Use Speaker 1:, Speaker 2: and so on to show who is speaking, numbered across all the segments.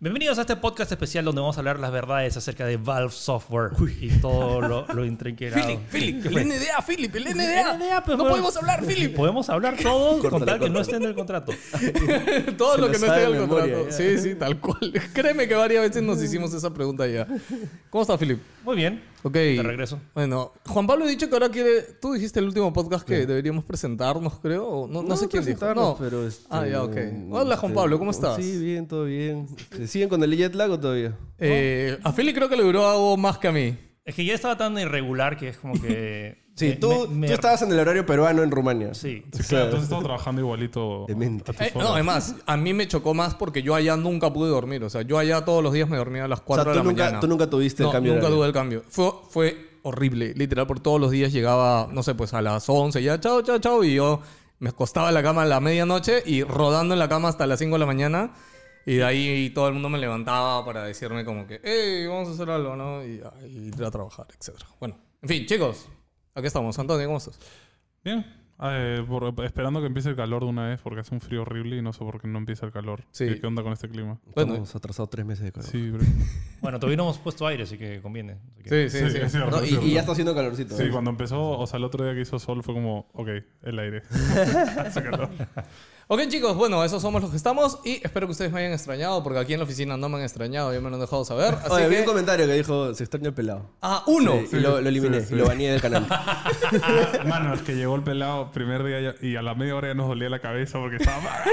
Speaker 1: Bienvenidos a este podcast especial donde vamos a hablar las verdades acerca de Valve Software y todo lo, lo intrinquerado.
Speaker 2: Philip, Philip,
Speaker 1: ¿Qué
Speaker 2: el
Speaker 1: fue?
Speaker 2: NDA, Philip, el NDA.
Speaker 1: NDA, pues,
Speaker 2: no
Speaker 1: bueno.
Speaker 2: podemos hablar, Philip.
Speaker 1: Podemos hablar todo con
Speaker 3: Córtale,
Speaker 1: tal que no
Speaker 3: córtale.
Speaker 1: esté en el contrato.
Speaker 2: Todo
Speaker 3: Se
Speaker 2: lo
Speaker 3: lo
Speaker 2: que no
Speaker 3: sabe
Speaker 2: esté en
Speaker 3: de
Speaker 2: el
Speaker 3: memoria,
Speaker 2: contrato.
Speaker 3: ya.
Speaker 2: Sí, sí, tal cual. Créeme que varias veces nos hicimos esa pregunta ya. ¿Cómo está, Philip?
Speaker 1: Muy bien.
Speaker 2: Ok.
Speaker 1: De regreso.
Speaker 2: Bueno, Juan Pablo ha dicho que ahora quiere. Tú dijiste el último podcast que deberíamos presentarnos, creo. o No, no, sé quién dijo.
Speaker 3: presentarnos,
Speaker 2: No.
Speaker 3: pero este,
Speaker 2: Ah, ya, ok.
Speaker 3: mm,
Speaker 2: Hola, Juan
Speaker 3: este,
Speaker 2: Pablo, ¿cómo estás?
Speaker 3: Sí, bien, todo bien. Este, ¿Siguen con el jet lag o todavía?
Speaker 2: Eh, a Philip creo que le duró algo más que a mí.
Speaker 1: Es que ya estaba tan irregular que es como que.
Speaker 3: Sí,
Speaker 1: me-
Speaker 3: tú,
Speaker 1: me- me-
Speaker 3: tú estabas en el horario peruano en Rumania.
Speaker 1: Sí.
Speaker 4: Sí, claro, entonces estaba trabajando igualito.
Speaker 3: Demente.
Speaker 4: a tus
Speaker 2: Eh, no,
Speaker 4: horas.
Speaker 2: además, a mí me chocó más porque yo allá nunca pude dormir. O sea, yo allá todos los días me dormía a las
Speaker 3: O
Speaker 2: 4
Speaker 3: sea, tú
Speaker 2: de la
Speaker 3: nunca,
Speaker 2: mañana.
Speaker 3: tú nunca tuviste
Speaker 2: No,
Speaker 3: el cambio de
Speaker 2: nunca
Speaker 3: horario.
Speaker 2: tuve el cambio. Fue, fue horrible. Literal, por todos los días llegaba, no sé, pues a las 11, ya, chao, chao, chao. Y yo me acostaba en la cama a la medianoche y rodando en la cama hasta las 5 de la mañana. Y de ahí todo el mundo me levantaba para decirme como que, hey, vamos a hacer algo, ¿no? Y, a- y ir a trabajar, etc. Bueno, en fin, chicos. Aquí estamos. Antonio, ¿cómo estás?
Speaker 4: Bien. Ah, eh, por- esperando que empiece el calor de una vez porque hace un frío horrible y no sé por qué no empieza el calor.
Speaker 2: Sí.
Speaker 4: ¿Qué, qué onda con este clima?
Speaker 2: Bueno. eh.
Speaker 3: Estamos atrasados tres meses de calor.
Speaker 4: Sí, pero-
Speaker 1: Bueno, todavía no hemos puesto aire, así que conviene. Así que-
Speaker 2: Sí,
Speaker 4: sí, es cierto,
Speaker 3: No,
Speaker 4: es
Speaker 3: y,
Speaker 4: cierto.
Speaker 3: y ya está haciendo calorcito.
Speaker 4: Sí,
Speaker 3: ¿eh?
Speaker 4: cuando empezó, o sea, el otro día que hizo sol fue como, ok, el aire. Hace calor.
Speaker 2: Ok chicos, bueno, esos somos los que estamos y espero que ustedes me hayan extrañado porque aquí en la oficina no me han extrañado, ya me lo han dejado saber. Así
Speaker 3: Oye, vi un
Speaker 2: que...
Speaker 3: comentario que dijo, se extraña el pelado.
Speaker 2: Ah, uno.
Speaker 3: Sí, y lo, lo eliminé,
Speaker 4: sí, sí.
Speaker 3: y lo baneé del canal.
Speaker 4: Ah, Mano, es que llegó el pelado primer día ya- y a la media hora ya nos dolía la cabeza porque estaba ah,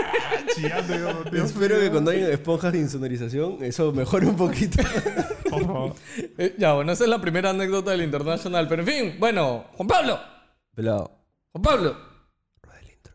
Speaker 4: chillando. Yo, Dios
Speaker 3: Espero que
Speaker 4: mío.
Speaker 3: cuando hay esponjas de insonorización, eso mejore un poquito.
Speaker 4: Por favor.
Speaker 2: Eh, ya, bueno, esa es la primera anécdota del International, pero en fin, bueno, Juan Pablo,
Speaker 3: pelado.
Speaker 2: Juan Pablo.
Speaker 3: Rueda el intro.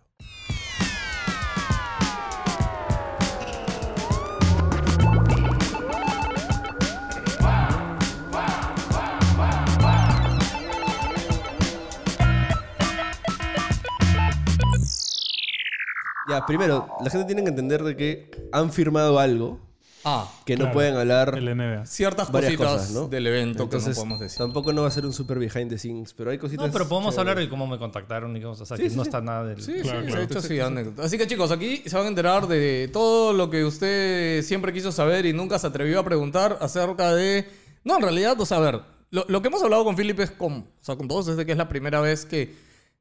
Speaker 3: Ya, primero, la gente tiene que entender de que han firmado algo
Speaker 2: Ah,
Speaker 3: que no
Speaker 4: Claro,
Speaker 3: pueden hablar
Speaker 4: El NBA.
Speaker 2: ciertas
Speaker 3: varias
Speaker 2: cositas
Speaker 3: cosas, ¿no?
Speaker 2: del evento que
Speaker 3: Entonces,
Speaker 2: no podemos decir.
Speaker 3: tampoco no va a ser un super behind the scenes, pero hay cositas.
Speaker 1: No, pero podemos
Speaker 3: chéveres.
Speaker 1: hablar de cómo me contactaron y cosas. O sea, que no está nada del.
Speaker 2: Sí,
Speaker 4: Claro,
Speaker 2: sí,
Speaker 4: claro.
Speaker 2: de hecho sí, anécdota. Así que chicos, aquí se van a enterar de todo lo que usted siempre quiso saber y nunca se atrevió a preguntar acerca de... No, en realidad, o sea, a ver, lo, lo que hemos hablado con Philip es con, o sea, con todos es de que es la primera vez que...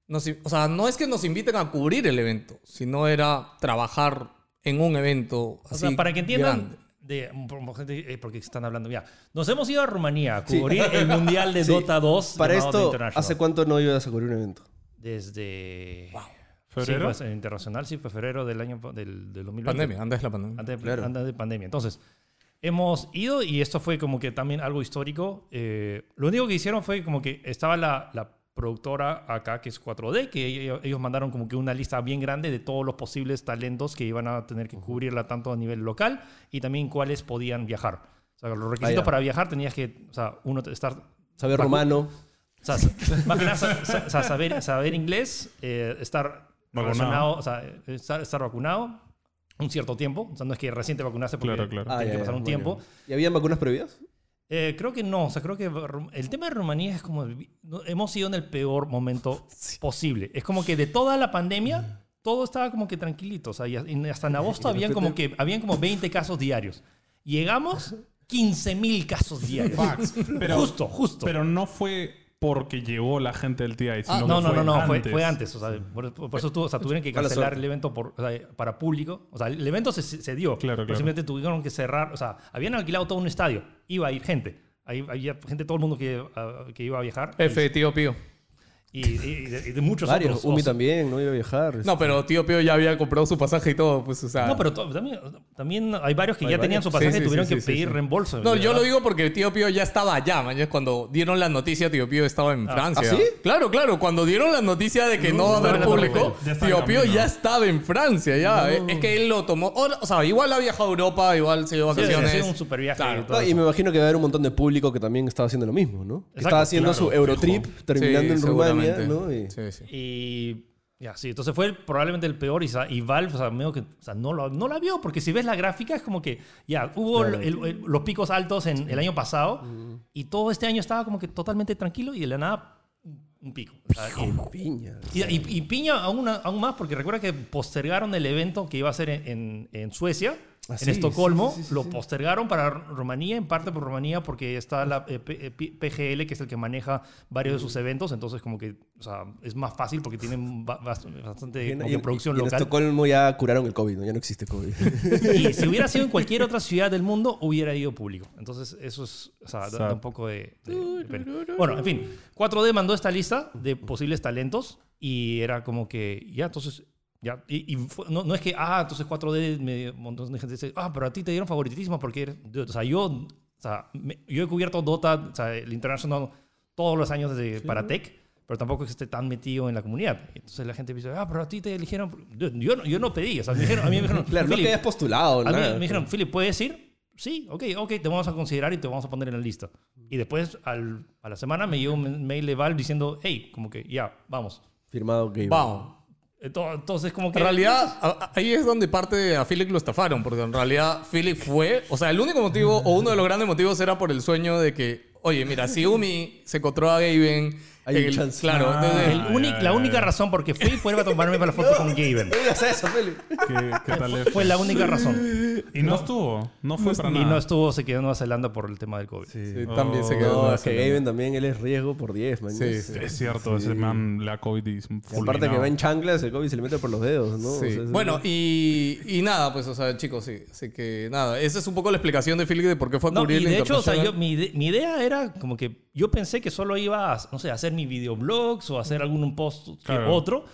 Speaker 2: Nos, in- o sea, no es que nos inviten a cubrir el evento, sino era trabajar en un evento
Speaker 1: O
Speaker 2: así
Speaker 1: sea, para que entiendan,
Speaker 2: grande.
Speaker 1: de, por- gente, eh, porque están hablando ya. Nos hemos ido a Rumanía a cubrir el Mundial de
Speaker 3: Sí.
Speaker 1: Dota 2.
Speaker 3: Para
Speaker 1: llamado The
Speaker 3: esto,
Speaker 1: International.
Speaker 3: ¿hace cuánto no ibas a cubrir un evento?
Speaker 1: Desde. Sí,
Speaker 4: ¿Febrero?
Speaker 1: pues, en internacional, sí, fue febrero del año pa- del, del 2020.
Speaker 2: Pandemia, antes de la pandemia.
Speaker 1: Antes de,
Speaker 3: Claro.
Speaker 1: antes de pandemia. Entonces, hemos ido y esto fue como que también algo histórico. Eh, lo único que hicieron fue como que estaba la, la productora acá, que es 4D, que ellos, ellos mandaron como que una lista bien grande de todos los posibles talentos que iban a tener que cubrirla tanto a nivel local y también cuáles podían viajar. O sea, los requisitos
Speaker 3: ya.
Speaker 1: para viajar tenías que, o sea, uno estar
Speaker 3: Saber
Speaker 1: Bacu-
Speaker 3: romano.
Speaker 1: o sea, más que nada, sa- sa- sa- saber, saber inglés, eh, estar vacunado,
Speaker 4: Vacunado.
Speaker 1: o sea, estar, estar vacunado un cierto tiempo. O sea, no es que recién te vacunaste porque
Speaker 4: Claro, claro.
Speaker 1: tiene
Speaker 3: Ah,
Speaker 1: que
Speaker 3: ya,
Speaker 1: pasar
Speaker 3: ya,
Speaker 1: un
Speaker 3: bueno.
Speaker 1: tiempo.
Speaker 3: ¿Y habían vacunas previas?
Speaker 1: Eh, creo que no, o sea, creo que Ru- el tema de Rumanía es como, no- hemos ido en el peor momento posible. Es como que de toda la pandemia, todo estaba como que tranquilito. O sea, y a- y hasta en agosto
Speaker 3: Y de
Speaker 1: habían como que, habían como 20 casos diarios. Llegamos, 15.000 casos diarios.
Speaker 4: Fax. Pero-
Speaker 1: justo, justo.
Speaker 4: Pero no fue porque llegó la gente del TI, sino
Speaker 2: Ah,
Speaker 4: que
Speaker 1: No, no,
Speaker 4: fue
Speaker 1: no, no, fue,
Speaker 4: antes.
Speaker 1: fue antes. O sea, por, por eso tuvo- o sea, tuvieron que
Speaker 3: Mala
Speaker 1: cancelar
Speaker 3: suerte.
Speaker 1: el evento por, o sea, para público. O sea, el evento se, se dio.
Speaker 4: Claro,
Speaker 1: pero
Speaker 4: claro.
Speaker 1: Simplemente tuvieron que cerrar. O sea, habían alquilado todo un estadio. Iba a ir gente. Ahí había gente, todo el mundo que, ah, que iba a viajar.
Speaker 2: F, tío Pío.
Speaker 1: Y, y- y de, y de muchos
Speaker 3: Varios.
Speaker 1: otros.
Speaker 3: Umi
Speaker 1: o sea,
Speaker 3: también, no iba a viajar. este,
Speaker 2: No, pero tío Pío ya había comprado su pasaje y todo, pues, o sea...
Speaker 1: No, pero to- también, también hay varios que
Speaker 3: Hay
Speaker 1: ya tenían
Speaker 3: varios.
Speaker 1: su pasaje
Speaker 2: Sí,
Speaker 1: y
Speaker 2: sí,
Speaker 1: tuvieron
Speaker 2: sí,
Speaker 1: que
Speaker 2: sí, sí,
Speaker 1: pedir
Speaker 2: sí.
Speaker 1: reembolso.
Speaker 2: No, yo
Speaker 1: ¿verdad?
Speaker 2: lo digo porque Tío Pío ya estaba allá, man. Cuando dieron la noticia, Tío Pío estaba en Francia.
Speaker 3: ¿Ah, sí?
Speaker 2: Claro, claro. Cuando dieron la noticia de que no, va a haber
Speaker 4: estaba en la
Speaker 2: público,
Speaker 4: Torre Eiffel. Ya estaba en
Speaker 2: Tío Pío
Speaker 4: camino.
Speaker 2: ya estaba en Francia. ya. Eh, Es que él lo tomó. O, o sea, igual ha viajado a Europa, igual se dio
Speaker 1: Sí, sí,
Speaker 2: vacaciones.
Speaker 1: sí, un super viaje.
Speaker 2: Claro.
Speaker 1: y todo
Speaker 3: No, y
Speaker 1: eso.
Speaker 3: me imagino que va a haber un montón de público que también estaba haciendo lo mismo, ¿no? Que
Speaker 1: Exacto,
Speaker 3: estaba haciendo
Speaker 1: claro,
Speaker 3: su Eurotrip, terminando en
Speaker 2: Sí,
Speaker 3: Rumania,
Speaker 2: seguramente.
Speaker 3: ¿no? Y-
Speaker 2: Sí, sí.
Speaker 1: Y ya, sí, entonces fue el- probablemente el peor y, sa- y Valve, o sea, medio que, o sea, no, lo, no la vio, porque si ves la gráfica es como que ya hubo
Speaker 3: Claro.
Speaker 1: el- el- los picos altos en el año pasado y todo este año estaba como que totalmente tranquilo y de la nada un pico. O sea, y-
Speaker 3: Piña.
Speaker 1: y, y- y piña aún, aún más, porque recuerda que postergaron el evento que iba a ser en, en- en Suecia
Speaker 3: Ah,
Speaker 1: en
Speaker 3: sí,
Speaker 1: Estocolmo.
Speaker 3: sí, sí, sí,
Speaker 1: lo
Speaker 3: sí.
Speaker 1: postergaron para Rumanía, en parte por Rumanía, porque está la eh, P- eh, P- PGL, que es el que maneja varios de sus eventos. Entonces, como que o sea, es más fácil porque tienen ba- bas- bastante como que producción
Speaker 3: y en
Speaker 1: local.
Speaker 3: Estocolmo ya curaron el COVID, ¿no? Ya no existe COVID.
Speaker 1: Y si hubiera sido en cualquier otra ciudad del mundo, hubiera ido público. Entonces, eso es. O sea, da- da
Speaker 4: Sad.
Speaker 1: un poco de. de- de pena. Bueno, en fin. 4D mandó esta lista de posibles talentos y era como que. Ya, entonces. Ya, y, y fue- no, no es que, ah, entonces 4D, me, un montón de gente dice, ah, pero a ti te dieron favoritismo porque eres- dude, O sea, yo, o sea, me- yo he cubierto Dota, o sea, el International, todos los años desde para Tech, pero tampoco es que esté tan metido en la comunidad. Entonces la gente dice, ah, pero a ti te eligieron. por-". Dude, Yo, no- yo no pedí, o sea, me dijeron, a mí me dijeron,
Speaker 3: claro, no es
Speaker 1: "Philip,
Speaker 3: que hayas postulado,
Speaker 1: a mí
Speaker 3: nada.
Speaker 1: me dijeron, Philip, ¿puedes ir? Sí, ok, ok, te vamos a considerar y te vamos a poner en la lista. Y después, al- a la semana, me llegó un mail de Valve diciendo, hey, como que ya, vamos.
Speaker 3: Firmado Gabe.
Speaker 2: Vamos.
Speaker 1: Ento- Entonces, como que...
Speaker 2: En realidad, a- ahí es donde parte a Philip lo estafaron, porque en realidad Philip fue, o sea, el único motivo o uno de los grandes motivos era por el sueño de que, oye, mira, si Umi se encontró a Gaben,
Speaker 3: Hay un
Speaker 2: el-
Speaker 3: chance.
Speaker 2: claro,
Speaker 4: Ah.
Speaker 2: entonces,
Speaker 1: el uni- la única razón por que fui fue para tomarme para la foto con Gaben.
Speaker 3: No digas eso, Felipe.
Speaker 4: ¿Qué, qué tal es?
Speaker 1: Fue la única razón.
Speaker 4: Y no estuvo. No fue para
Speaker 1: Y
Speaker 4: nada.
Speaker 1: no estuvo, se quedó en Nueva Zelanda por el tema del COVID.
Speaker 2: Sí, oh, también se quedó.
Speaker 3: No,
Speaker 2: no,
Speaker 3: es que Gaben también él es riesgo por 10, man.
Speaker 2: Sí,
Speaker 3: Es-
Speaker 2: sí.
Speaker 4: Es cierto, ese man le ha COVID y es un
Speaker 3: Y Aparte que
Speaker 4: fulminado.
Speaker 3: va en chanclas, el COVID se le mete por los dedos, ¿no? O
Speaker 2: Sí.
Speaker 3: sea, es-
Speaker 2: bueno, y, y nada, pues, o sea, chicos, sí. Así que nada, esa es un poco la explicación de Philip de por qué fue a
Speaker 1: No,
Speaker 2: cubrir
Speaker 1: y
Speaker 2: la
Speaker 1: de hecho, o sea, yo-
Speaker 2: Internacional.
Speaker 1: mi, ide- mi idea era como que yo pensé que solo iba a, no sé, hacer mis videoblogs o hacer algún post que
Speaker 4: Claro.
Speaker 1: otro.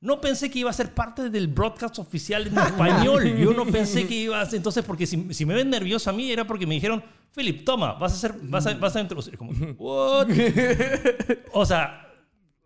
Speaker 1: No pensé que iba a ser parte del broadcast oficial en español. Yo no pensé que iba a ser. Entonces, porque si, si me ven nervioso a mí era porque me dijeron, Philip, toma, vas a hacer, vas a, vas a introducir. Como, "What?". O sea,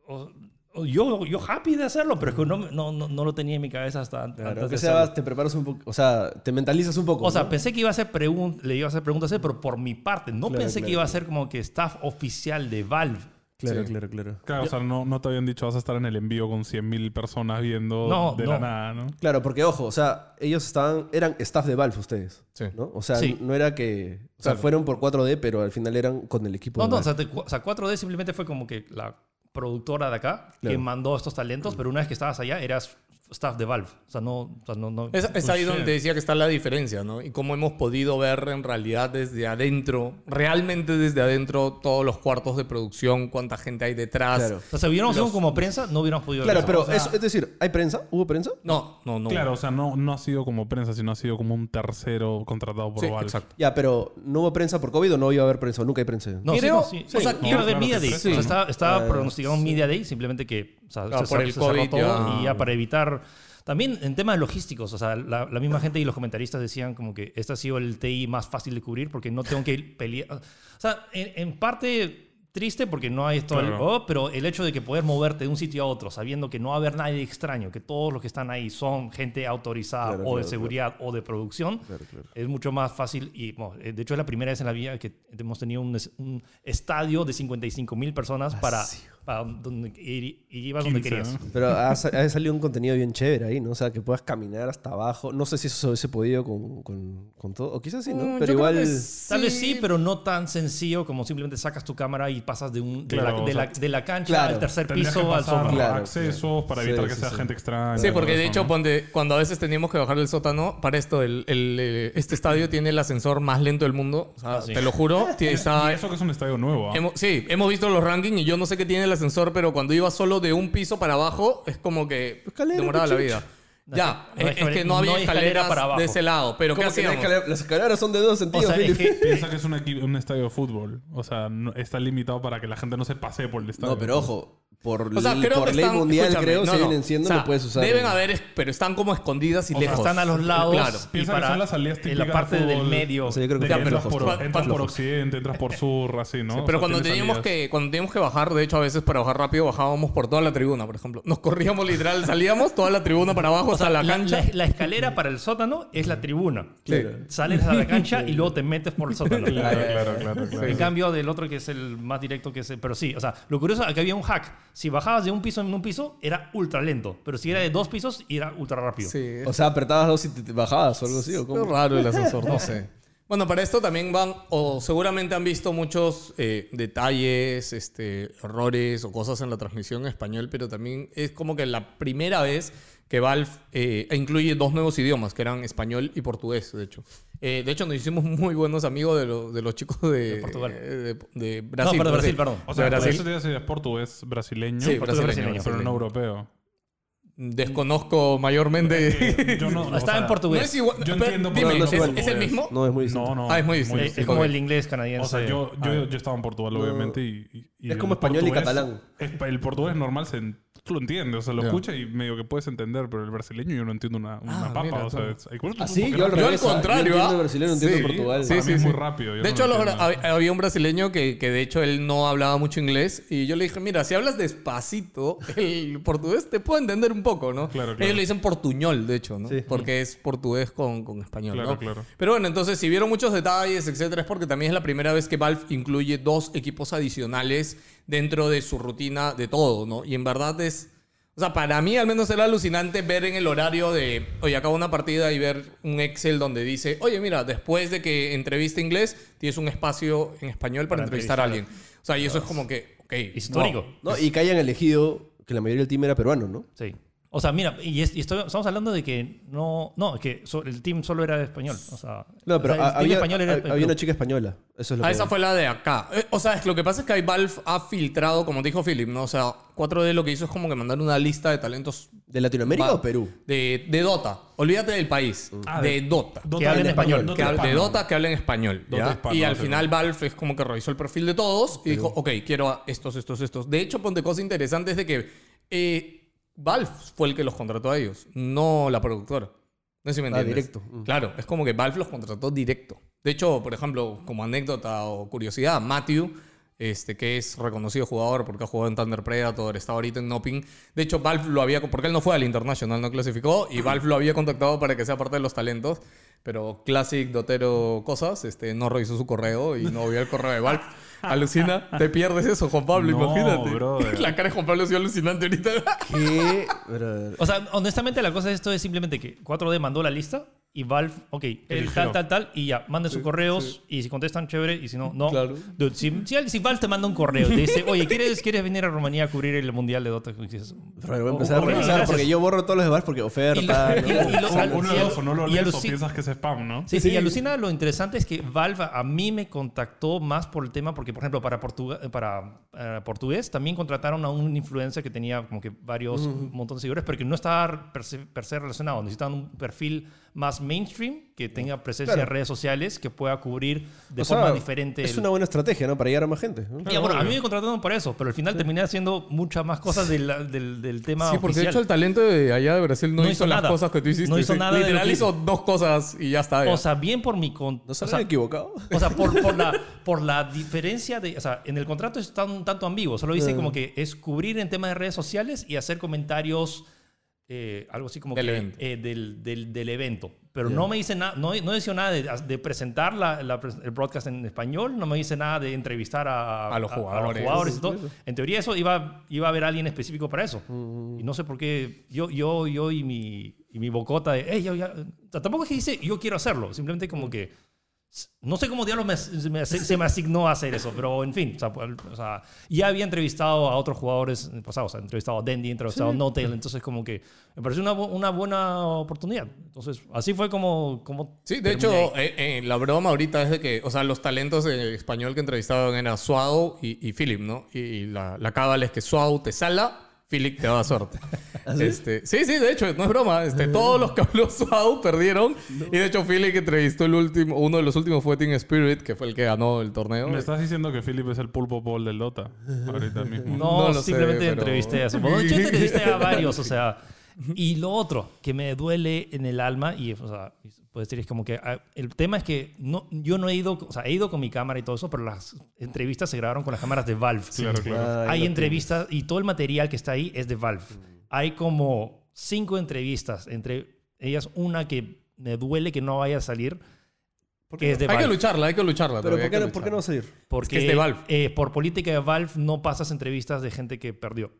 Speaker 1: o- o yo, yo happy de hacerlo, pero es que no, me- no, no, no lo tenía en mi cabeza hasta antes
Speaker 3: Claro,
Speaker 1: de
Speaker 3: aunque sea,
Speaker 1: hacerlo.
Speaker 3: te preparas un poco, o sea, te mentalizas un poco.
Speaker 1: O sea,
Speaker 3: ¿no?
Speaker 1: pensé que iba a hacer pregun- le iba a hacer preguntas, a él, pero por mi parte. No
Speaker 3: Claro,
Speaker 1: pensé que
Speaker 3: claro.
Speaker 1: iba a ser como que staff oficial de Valve.
Speaker 3: Claro, claro, claro.
Speaker 4: Claro, o sea, no, no te habían dicho vas a estar en el envío con 100.000 personas viendo
Speaker 1: No,
Speaker 4: de
Speaker 1: no.
Speaker 4: la nada, ¿no?
Speaker 3: Claro, porque ojo, o sea, ellos estaban, eran staff de Valve ustedes,
Speaker 2: Sí.
Speaker 3: ¿no? O sea,
Speaker 1: Sí.
Speaker 3: no era que, o sea,
Speaker 2: Claro.
Speaker 3: fueron por 4D, pero al final eran con el equipo.
Speaker 1: No,
Speaker 3: de
Speaker 1: no, o
Speaker 3: Valve.
Speaker 1: sea, te- o sea, 4D simplemente fue como que la productora de acá que
Speaker 3: Claro.
Speaker 1: mandó estos talentos, pero una vez que estabas allá eras staff de Valve. O sea, no... o sea, no, no-
Speaker 2: Es, es ahí
Speaker 4: Oh,
Speaker 3: Pues,
Speaker 4: shit.
Speaker 2: donde te decía que está la diferencia, ¿no? Y cómo hemos podido ver en realidad desde adentro, realmente desde adentro, todos los cuartos de producción, cuánta gente hay detrás.
Speaker 3: Claro.
Speaker 1: o sea, si hubiéramos sido
Speaker 2: Los-
Speaker 1: como prensa, no hubiéramos podido... ver
Speaker 3: Claro,
Speaker 1: eso.
Speaker 3: pero
Speaker 1: O sea,
Speaker 3: eso, es decir, ¿hay prensa? ¿Hubo prensa?
Speaker 2: No, no, no.
Speaker 4: Claro, o sea, no, no ha sido como prensa, sino ha sido como un tercero contratado por
Speaker 2: Sí,
Speaker 4: Valve.
Speaker 2: exacto.
Speaker 3: Ya, pero ¿no hubo prensa por COVID o no iba a haber prensa? Nunca hay prensa.
Speaker 1: No, sí,
Speaker 2: creo-
Speaker 1: no, sí,
Speaker 2: o sea,
Speaker 1: sí,
Speaker 2: creo
Speaker 1: iba a haber
Speaker 4: que
Speaker 1: Media Day.
Speaker 4: sí.
Speaker 1: O sea, estaba, estaba
Speaker 3: Ah,
Speaker 1: pronosticado un Media Day, simplemente que o sea,
Speaker 2: Ah,
Speaker 1: se,
Speaker 2: por
Speaker 1: cer-
Speaker 2: el
Speaker 1: se cerró
Speaker 2: COVID
Speaker 1: todo
Speaker 2: ya.
Speaker 1: y ya para evitar... También en temas logísticos, o sea, la, la misma gente y los comentaristas decían como que este ha sido el TI más fácil de cubrir porque no tengo que pelear. O sea, en, en parte triste porque no hay esto,
Speaker 4: Claro.
Speaker 1: oh, pero el hecho de que poder moverte de un sitio a otro sabiendo que no va a haber nadie extraño, que todos los que están ahí son gente autorizada
Speaker 3: Claro,
Speaker 1: o de
Speaker 3: claro,
Speaker 1: seguridad o de producción, es mucho más fácil y bueno, eh, de hecho es la primera vez en la vida que hemos tenido un, es- un estadio de 55 mil personas
Speaker 3: Ah,
Speaker 1: para, para donde ir, y ibas donde
Speaker 4: 15,
Speaker 1: querías.
Speaker 4: ¿no?
Speaker 3: Pero ha, sa- ha salido un contenido bien chévere ahí, ¿no? O sea, que puedas caminar hasta abajo. No sé si eso se hubiese podido con, con- con todo. O quizás sí, ¿no?
Speaker 2: Mm, yo
Speaker 3: pero
Speaker 2: creo
Speaker 3: igual...
Speaker 2: que
Speaker 1: Tal vez sí, pero no tan sencillo como simplemente sacas tu cámara y pasas de, un, de,
Speaker 4: Claro,
Speaker 1: la,
Speaker 4: o
Speaker 1: de,
Speaker 4: sea,
Speaker 1: la, de la cancha
Speaker 3: claro.
Speaker 1: al tercer
Speaker 4: Tendrías
Speaker 1: piso
Speaker 4: que
Speaker 1: al
Speaker 4: pasar
Speaker 1: sótano.
Speaker 3: Claro,
Speaker 4: accesos para
Speaker 3: Sí,
Speaker 4: evitar que
Speaker 3: sí,
Speaker 4: sea
Speaker 3: sí.
Speaker 4: gente extraña.
Speaker 2: Sí, porque de
Speaker 4: eso,
Speaker 2: hecho, pues,
Speaker 4: ¿no?
Speaker 2: ponte, cuando a veces teníamos que bajar del sótano, para esto, el, el, eh, este estadio tiene el ascensor más lento del mundo. O sea,
Speaker 1: Ah, sí.
Speaker 2: te lo juro. tiene- está-
Speaker 4: Y eso que es un estadio nuevo. ¿ah?
Speaker 2: hemos- sí, hemos visto los rankings y yo no sé qué tiene el ascensor, pero cuando iba solo de un piso para abajo, es como que
Speaker 3: Escalera,
Speaker 2: demoraba la
Speaker 3: pues,
Speaker 2: vida.
Speaker 1: No,
Speaker 2: ya,
Speaker 1: no hay
Speaker 2: es, es que
Speaker 1: escalera-
Speaker 2: no había
Speaker 1: no hay escalera
Speaker 2: escaleras
Speaker 1: para abajo.
Speaker 2: de ese lado. Pero ¿qué
Speaker 3: ¿Cómo que no hay
Speaker 2: hacíamos?
Speaker 3: escalera? las escaleras son de dos
Speaker 1: O
Speaker 3: sentidos,
Speaker 1: sea, es
Speaker 3: Felipe.
Speaker 1: que-
Speaker 4: Piensa que es un, equi- un estadio de fútbol. O sea, no- está limitado para que la gente no se pasee por el estadio.
Speaker 3: No, pero ojo, por,
Speaker 2: O sea,
Speaker 3: ley-
Speaker 2: creo
Speaker 3: por
Speaker 2: que
Speaker 3: ley
Speaker 2: están-
Speaker 3: mundial,
Speaker 2: escúchame,
Speaker 3: creo,
Speaker 2: no,
Speaker 3: si
Speaker 2: no.
Speaker 3: vienen siendo,
Speaker 2: O sea,
Speaker 3: no puedes usar.
Speaker 2: Deben haber, pero están como escondidas y
Speaker 4: sea,
Speaker 2: lejos.
Speaker 1: Están a los lados
Speaker 2: Claro.
Speaker 1: y
Speaker 4: Piensa que
Speaker 1: para
Speaker 4: son las salidas
Speaker 1: en
Speaker 4: típicas
Speaker 1: la parte
Speaker 4: del
Speaker 1: del
Speaker 4: fútbol.
Speaker 1: medio.
Speaker 3: O sea, yo creo que
Speaker 4: De que
Speaker 2: Ya,
Speaker 3: están
Speaker 4: entras,
Speaker 3: flojos
Speaker 4: por,
Speaker 3: todos.
Speaker 4: entras por
Speaker 2: flojos.
Speaker 4: occidente, entras por sur, así, ¿no?
Speaker 2: Sí,
Speaker 4: O
Speaker 2: pero
Speaker 4: sea,
Speaker 2: cuando
Speaker 4: tiene
Speaker 2: teníamos
Speaker 4: salidas.
Speaker 2: que cuando teníamos que bajar, de hecho a veces para bajar rápido bajábamos por toda la tribuna, por ejemplo. Nos corríamos literal, salíamos toda la tribuna para abajo hasta la
Speaker 1: La,
Speaker 2: cancha.
Speaker 1: la- la escalera para el sótano es la tribuna.
Speaker 3: Claro.
Speaker 1: Sales a la cancha y luego te metes por el sótano.
Speaker 4: Claro, claro, claro. claro.
Speaker 1: En cambio del otro que es el más directo que es el- Pero sí, o sea, lo curioso es que había un hack. Si bajabas de un piso en un piso, era ultra lento. Pero si era de dos pisos, era ultra rápido.
Speaker 2: Sí.
Speaker 3: O sea, apretabas dos y te te bajabas o algo así, ¿o cómo?
Speaker 2: Es raro el ascensor, no sé. Bueno, para esto también van, o seguramente han visto muchos eh, detalles, este, errores o cosas en la transmisión en español, pero también es como que la primera vez que Valve eh, incluye dos nuevos idiomas, que eran español y portugués, de hecho. Eh, de hecho, nos hicimos muy buenos amigos de, lo- de los chicos de,
Speaker 1: De Portugal.
Speaker 2: eh, de, de
Speaker 1: No,
Speaker 2: Brasil.
Speaker 1: perdón, Brasil, perdón.
Speaker 4: O sea,
Speaker 2: de
Speaker 4: por
Speaker 2: Brasil.
Speaker 4: eso te iba a decir, es portugués brasileño,
Speaker 2: Sí,
Speaker 1: portugués
Speaker 2: brasileño,
Speaker 1: brasileño,
Speaker 4: pero no
Speaker 2: brasileño.
Speaker 4: europeo.
Speaker 2: Desconozco mayormente.
Speaker 4: Eh, Yo no, o
Speaker 1: Está
Speaker 4: sea,
Speaker 1: en portugués.
Speaker 2: No es igual.
Speaker 4: Yo
Speaker 2: pero
Speaker 4: entiendo por
Speaker 2: dime,
Speaker 4: qué
Speaker 3: no
Speaker 2: ¿es,
Speaker 3: es igual.
Speaker 2: es el mismo?
Speaker 3: No, es muy distinto.
Speaker 4: No, no.
Speaker 2: Ah, es muy distinto.
Speaker 4: Muy
Speaker 1: Es- Eh, es
Speaker 4: distinto.
Speaker 1: como
Speaker 2: ok.
Speaker 1: el inglés canadiense.
Speaker 4: O sea, yo,
Speaker 1: Ah,
Speaker 4: yo, yo estaba en Portugal,
Speaker 3: No.
Speaker 4: obviamente, y, y- y
Speaker 3: Es
Speaker 4: el
Speaker 3: como español y catalán.
Speaker 4: es- el portugués normal se, en- tú lo entiendes, o sea, lo
Speaker 2: Ya.
Speaker 4: escuchas y medio que puedes entender, pero el brasileño yo no entiendo una, una
Speaker 2: Ah,
Speaker 4: papa.
Speaker 2: mira,
Speaker 4: o sea,
Speaker 2: tú.
Speaker 4: es- hay cosas que
Speaker 3: Así,
Speaker 4: tú
Speaker 3: yo al
Speaker 4: porque no-
Speaker 2: Yo al
Speaker 3: revés. ah,
Speaker 2: contrario.
Speaker 3: Yo entiendo
Speaker 2: ah.
Speaker 3: brasileño, entiendo
Speaker 2: Sí,
Speaker 3: Portugal.
Speaker 2: Sí,
Speaker 4: Para
Speaker 2: sí,
Speaker 4: mí es
Speaker 2: sí.
Speaker 4: muy rápido, yo
Speaker 2: De
Speaker 4: no
Speaker 2: hecho, los-
Speaker 4: entiendo
Speaker 2: hab- había un brasileño que, que de hecho él no hablaba mucho inglés. Y yo le dije, mira, si hablas despacito, el portugués te puedo entender un poco, ¿no?
Speaker 4: Claro, claro.
Speaker 2: Ellos le dicen portuñol, de hecho, ¿no?
Speaker 3: Sí.
Speaker 2: Porque es portugués con, con español,
Speaker 4: Claro,
Speaker 2: ¿no?
Speaker 4: claro.
Speaker 2: Pero bueno, entonces, si vieron muchos detalles, etcétera, es porque también es la primera vez que Valve incluye dos equipos adicionales dentro de su rutina de todo, ¿no? Y en verdad es. O sea, para mí al menos era alucinante ver en el horario de, oye, acabo una partida y ver un Excel donde dice, oye, mira, después de que entreviste inglés, tienes un espacio en español para,
Speaker 1: Para
Speaker 2: entrevistar a alguien. O sea, y eso es como que, ok.
Speaker 1: Histórico.
Speaker 2: wow.
Speaker 3: No, y que hayan elegido que la mayoría del team era peruano, ¿no?
Speaker 1: Sí. O sea, mira, y, es- y estoy- estamos hablando de que no. No, es que so- el team solo era de español. O sea,
Speaker 3: No, pero
Speaker 1: o sea, el
Speaker 3: ha-
Speaker 1: team
Speaker 3: había,
Speaker 1: español era
Speaker 3: ha-
Speaker 1: de Perú.
Speaker 3: había una chica española. Eso es lo
Speaker 2: Ah,
Speaker 3: que-
Speaker 2: esa fue la de acá. Eh, o sea, es- lo que pasa es que ahí Valve ha filtrado, como dijo Philip, ¿no? O sea, 4D lo que hizo es como que mandar una lista de talentos
Speaker 3: ¿De Latinoamérica
Speaker 2: Va-
Speaker 3: o Perú?
Speaker 2: De, de Dota. Olvídate del país.
Speaker 4: Ah,
Speaker 2: de Dota.
Speaker 4: Dota
Speaker 1: que hablen
Speaker 4: en
Speaker 1: español,
Speaker 4: Dota
Speaker 2: Que hable- de
Speaker 4: hispano.
Speaker 2: Dota que hablen español. ¿ya?
Speaker 4: Dota hispano,
Speaker 2: y al
Speaker 4: sí.
Speaker 2: final Valve es como que revisó el perfil de todos y dijo, ok, quiero a estos, estos, estos. De hecho, ponte cosas interesantes de que eh, Valve fue el que los contrató a ellos, no la productora. No sé si me
Speaker 3: Ah,
Speaker 2: entiendes.
Speaker 3: directo. Mm.
Speaker 2: Claro, es como que Valve los contrató directo. De hecho, por ejemplo, como anécdota o curiosidad, Matthew, este, que es reconocido jugador porque ha jugado en Thunder Predator, está ahorita en Noping. De hecho, Valve lo había, porque él no fue al International, no clasificó, y Valve lo había contactado para que sea parte de los talentos. Pero Classic, Dotero, cosas, este, no revisó su correo y no vio el correo de Valve. Alucina, te pierdes eso, Juan Pablo,
Speaker 4: No,
Speaker 2: imagínate.
Speaker 4: brother.
Speaker 2: La cara de Juan Pablo ha sido alucinante ahorita.
Speaker 3: ¿Qué? Pero-
Speaker 1: O sea, honestamente, la cosa de esto es simplemente que 4D mandó la lista y Valve, ok, el
Speaker 4: Eligió.
Speaker 1: tal, tal, tal, y ya, manden sus correos y si contestan, chévere, y si no, no.
Speaker 2: Claro.
Speaker 1: Dude, si, si, al- si Valve te manda un correo, te dice, oye, ¿quieres, ¿quieres venir a Rumanía a cubrir el mundial de Dota? Y dices,
Speaker 3: pero voy a empezar
Speaker 1: Ok,
Speaker 3: a revisar
Speaker 1: gracias.
Speaker 3: porque yo borro todos los demás porque oferta.
Speaker 1: Y-
Speaker 3: ¿no?
Speaker 1: y- y lo-
Speaker 4: O Uno de
Speaker 1: y-
Speaker 4: dos, o no lo
Speaker 1: y
Speaker 4: lees o
Speaker 1: alucin-
Speaker 4: piensas que es spam, ¿no?
Speaker 1: Sí, sí, y alucina lo interesante es que Valve a mí me contactó más por el tema, porque por ejemplo para, Portuga- para eh, portugués también contrataron a un influencer que tenía como que varios un montón de seguidores, pero que no estaba per se, per se relacionado. Necesitaban un perfil más mainstream, que tenga presencia en redes sociales, que pueda cubrir de
Speaker 3: O sea,
Speaker 1: forma diferente.
Speaker 3: Es
Speaker 1: el-
Speaker 3: una buena estrategia, ¿no? Para llegar a más gente. ¿no?
Speaker 1: Ya, bueno, a mí me contrataron por eso, pero al final terminé haciendo muchas más cosas de la- del, del tema
Speaker 2: Sí, porque de
Speaker 1: oficial.
Speaker 2: hecho el talento de allá de Brasil no,
Speaker 1: No
Speaker 2: hizo,
Speaker 1: hizo
Speaker 2: las
Speaker 1: nada.
Speaker 2: cosas que tú hiciste.
Speaker 1: No hizo
Speaker 2: sí.
Speaker 1: nada de lo
Speaker 2: Literal
Speaker 1: que-
Speaker 2: hizo dos cosas y ya está. ya.
Speaker 1: o sea, bien por mi... con-
Speaker 3: ¿No
Speaker 1: o
Speaker 3: se
Speaker 1: sea,
Speaker 3: han equivocado?
Speaker 1: O sea, por, por la, por la diferencia de... O sea, en el contrato está un tanto ambiguo. Solo dice como que es cubrir en temas de redes sociales y hacer comentarios, eh, algo así como
Speaker 2: Del
Speaker 1: que...
Speaker 2: evento.
Speaker 1: eh, del, del- del evento. Pero no me dice nada, no, no dice nada de, de presentar la- la pres- el broadcast en español, no me dice nada de entrevistar a,
Speaker 2: A los jugadores.
Speaker 1: jugadores y todo. En teoría eso iba, iba a haber alguien específico para eso.
Speaker 2: Mm.
Speaker 1: Y no sé por qué yo, yo, yo y mi, y mi bocota de, "Ey, yo ya-". O sea, tampoco es que dice yo quiero hacerlo, simplemente como que... No sé cómo diablos me- se me- se me asignó a hacer eso, pero en fin. O sea, pues, o sea, ya había entrevistado a otros jugadores en el pasado. O sea, he entrevistado a Dendy, he entrevistado a Notail. Entonces, como que me pareció una, bu- una buena oportunidad. Entonces, así fue como. como
Speaker 2: Sí, de
Speaker 1: terminé ahí.
Speaker 2: hecho, eh, eh, la broma ahorita es de que, o sea, los talentos en español que entrevistaban eran Suau y, y Philip, ¿no? Y, y la, la cábala es que Suau te sala, Philip te da suerte.
Speaker 3: ¿Ah,
Speaker 2: Este, sí, sí, de hecho, no es broma.
Speaker 3: Eh.
Speaker 2: Este, todos los que habló Suau perdieron. Y de hecho, Philip entrevistó el último, uno de los últimos fue Team Spirit, que fue el que ganó el torneo.
Speaker 4: Me estás diciendo que Philip es el pulpo ball del Dota ahorita mismo.
Speaker 1: No,
Speaker 2: no lo
Speaker 1: simplemente
Speaker 2: sé, pero-
Speaker 1: entrevisté a supongo. Yo entrevisté a varios, o sea. Y lo otro que me duele en el alma, y o sea, puedes decir, es como que ah, el tema es que no, yo no he ido, o sea, he ido con mi cámara y todo eso, pero las entrevistas se grabaron con las cámaras de Valve.
Speaker 4: Claro, claro.
Speaker 3: Ay,
Speaker 1: hay
Speaker 3: no
Speaker 1: entrevistas y todo el material que está ahí es de Valve.
Speaker 2: Mm.
Speaker 1: Hay como cinco entrevistas, entre ellas una que me duele que no vaya a salir,
Speaker 3: ¿Por qué
Speaker 1: que es de
Speaker 2: hay que
Speaker 1: Valve.
Speaker 2: lucharla, hay que lucharla. todavía,
Speaker 3: Pero ¿por
Speaker 2: hay
Speaker 3: qué,
Speaker 2: que
Speaker 3: no, ¿por qué no va a salir?
Speaker 1: Porque
Speaker 2: es de Valve.
Speaker 1: eh, por política de Valve no pasas entrevistas de gente que perdió.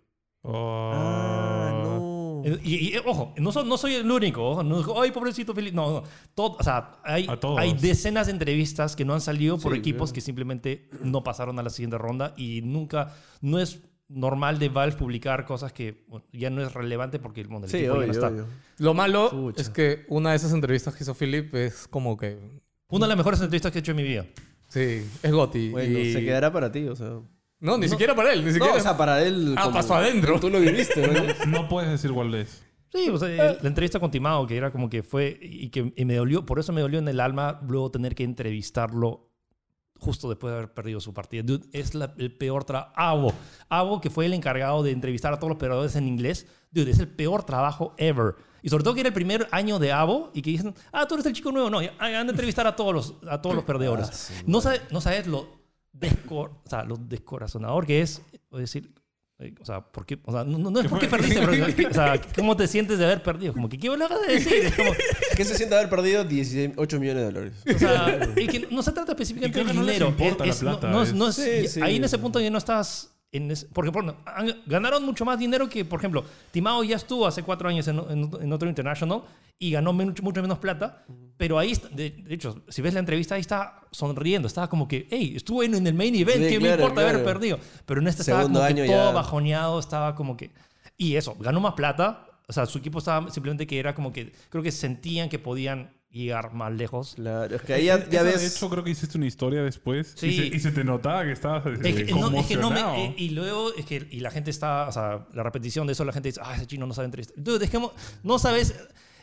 Speaker 4: Oh.
Speaker 3: Ah, no.
Speaker 1: Eh, Y, y, eh, ojo, no, so- no soy el único. ojo, no digo, Ay, pobrecito Felipe. No, no. Todo- o sea, hay,
Speaker 4: A todos.
Speaker 1: hay decenas de entrevistas que no han salido por
Speaker 3: Sí,
Speaker 1: equipos
Speaker 3: claro.
Speaker 1: que simplemente no pasaron a la siguiente ronda y nunca, no es normal de Valve publicar cosas que bueno, ya no es relevante porque el mundo del
Speaker 3: Sí,
Speaker 1: equipo ya no
Speaker 3: obvio,
Speaker 1: está.
Speaker 3: obvio.
Speaker 2: Lo malo
Speaker 3: Pucha.
Speaker 2: es que una de esas entrevistas que hizo Philip es como que.
Speaker 1: Una de las mejores entrevistas que he hecho en mi vida.
Speaker 2: Sí, es Gotti.
Speaker 3: Bueno,
Speaker 2: y-
Speaker 3: se quedará para ti, o sea.
Speaker 2: No, ni siquiera para él, ni siquiera.
Speaker 3: No, o sea, para él.
Speaker 2: Ah, pasó adentro.
Speaker 3: Tú lo viviste, ¿no?
Speaker 4: No puedes decir cuál es.
Speaker 1: Sí, o sea,
Speaker 3: Eh.
Speaker 1: el- la entrevista con Timao, que era como que fue, y que y me dolió, por eso me dolió en el alma luego tener que entrevistarlo justo después de haber perdido su partida. Dude, es la- el peor trabajo. Avo, Avo, que fue el encargado de entrevistar a todos los operadores en inglés, dude, es el peor trabajo ever. Y sobre todo que era el primer año de Avo y que dicen, ah, tú eres el chico nuevo. No, ya- ah, anda a entrevistar a todos los, a todos los perdedores.
Speaker 3: Ah, sí,
Speaker 1: no, sabes, no sabes lo, descor o sea, lo descorazonador que es, es decir, eh, o sea, ¿por qué? O sea, no, no- no es porque perdiste, pero o sea, ¿cómo te sientes de haber perdido? Como que, ¿qué me lo vas a decir? Es como,
Speaker 3: ¿Qué se siente haber perdido 18 millones de dólares?
Speaker 1: o sea, y que no se trata específicamente
Speaker 4: Y
Speaker 1: de
Speaker 4: creo que no les
Speaker 1: dinero.
Speaker 4: importa
Speaker 1: es-
Speaker 4: la
Speaker 1: es- no-
Speaker 4: plata,
Speaker 1: no es-
Speaker 4: es-
Speaker 1: no es-
Speaker 3: Sí,
Speaker 1: ya-
Speaker 3: sí.
Speaker 1: Ahí en ese punto ya no estás. En ese- porque por ejemplo, han- ganaron mucho más dinero que, por ejemplo, Timao ya estuvo hace cuatro años en, en- en otro international y ganó mucho, mucho menos plata. Pero ahí, está- de, de hecho, si ves la entrevista, ahí está sonriendo. Estaba como que, hey, estuve en, en el main event,
Speaker 3: Sí,
Speaker 1: ¿qué me
Speaker 3: claro,
Speaker 1: importa haber
Speaker 3: claro.
Speaker 1: perdido? Pero en este estaba
Speaker 3: Segundo
Speaker 1: como que
Speaker 3: año
Speaker 1: todo
Speaker 3: ya.
Speaker 1: bajoneado, estaba como que. Y eso, ganó más plata. O sea, su equipo estaba simplemente que era como que. Creo que sentían que podían llegar más lejos.
Speaker 3: Claro, es que ahí ya, ya
Speaker 4: Esa,
Speaker 3: ves.
Speaker 4: De hecho, creo que hiciste una historia después.
Speaker 1: Sí.
Speaker 4: Y, se, y se te notaba que estabas eh,
Speaker 1: Es que, no, es que no me-
Speaker 4: conmocionado.
Speaker 1: eh, y luego es que y la gente está, o sea, la repetición de eso, la gente dice, ah, ese chino no sabe entrevistar. Dude, es que mo- no sabes.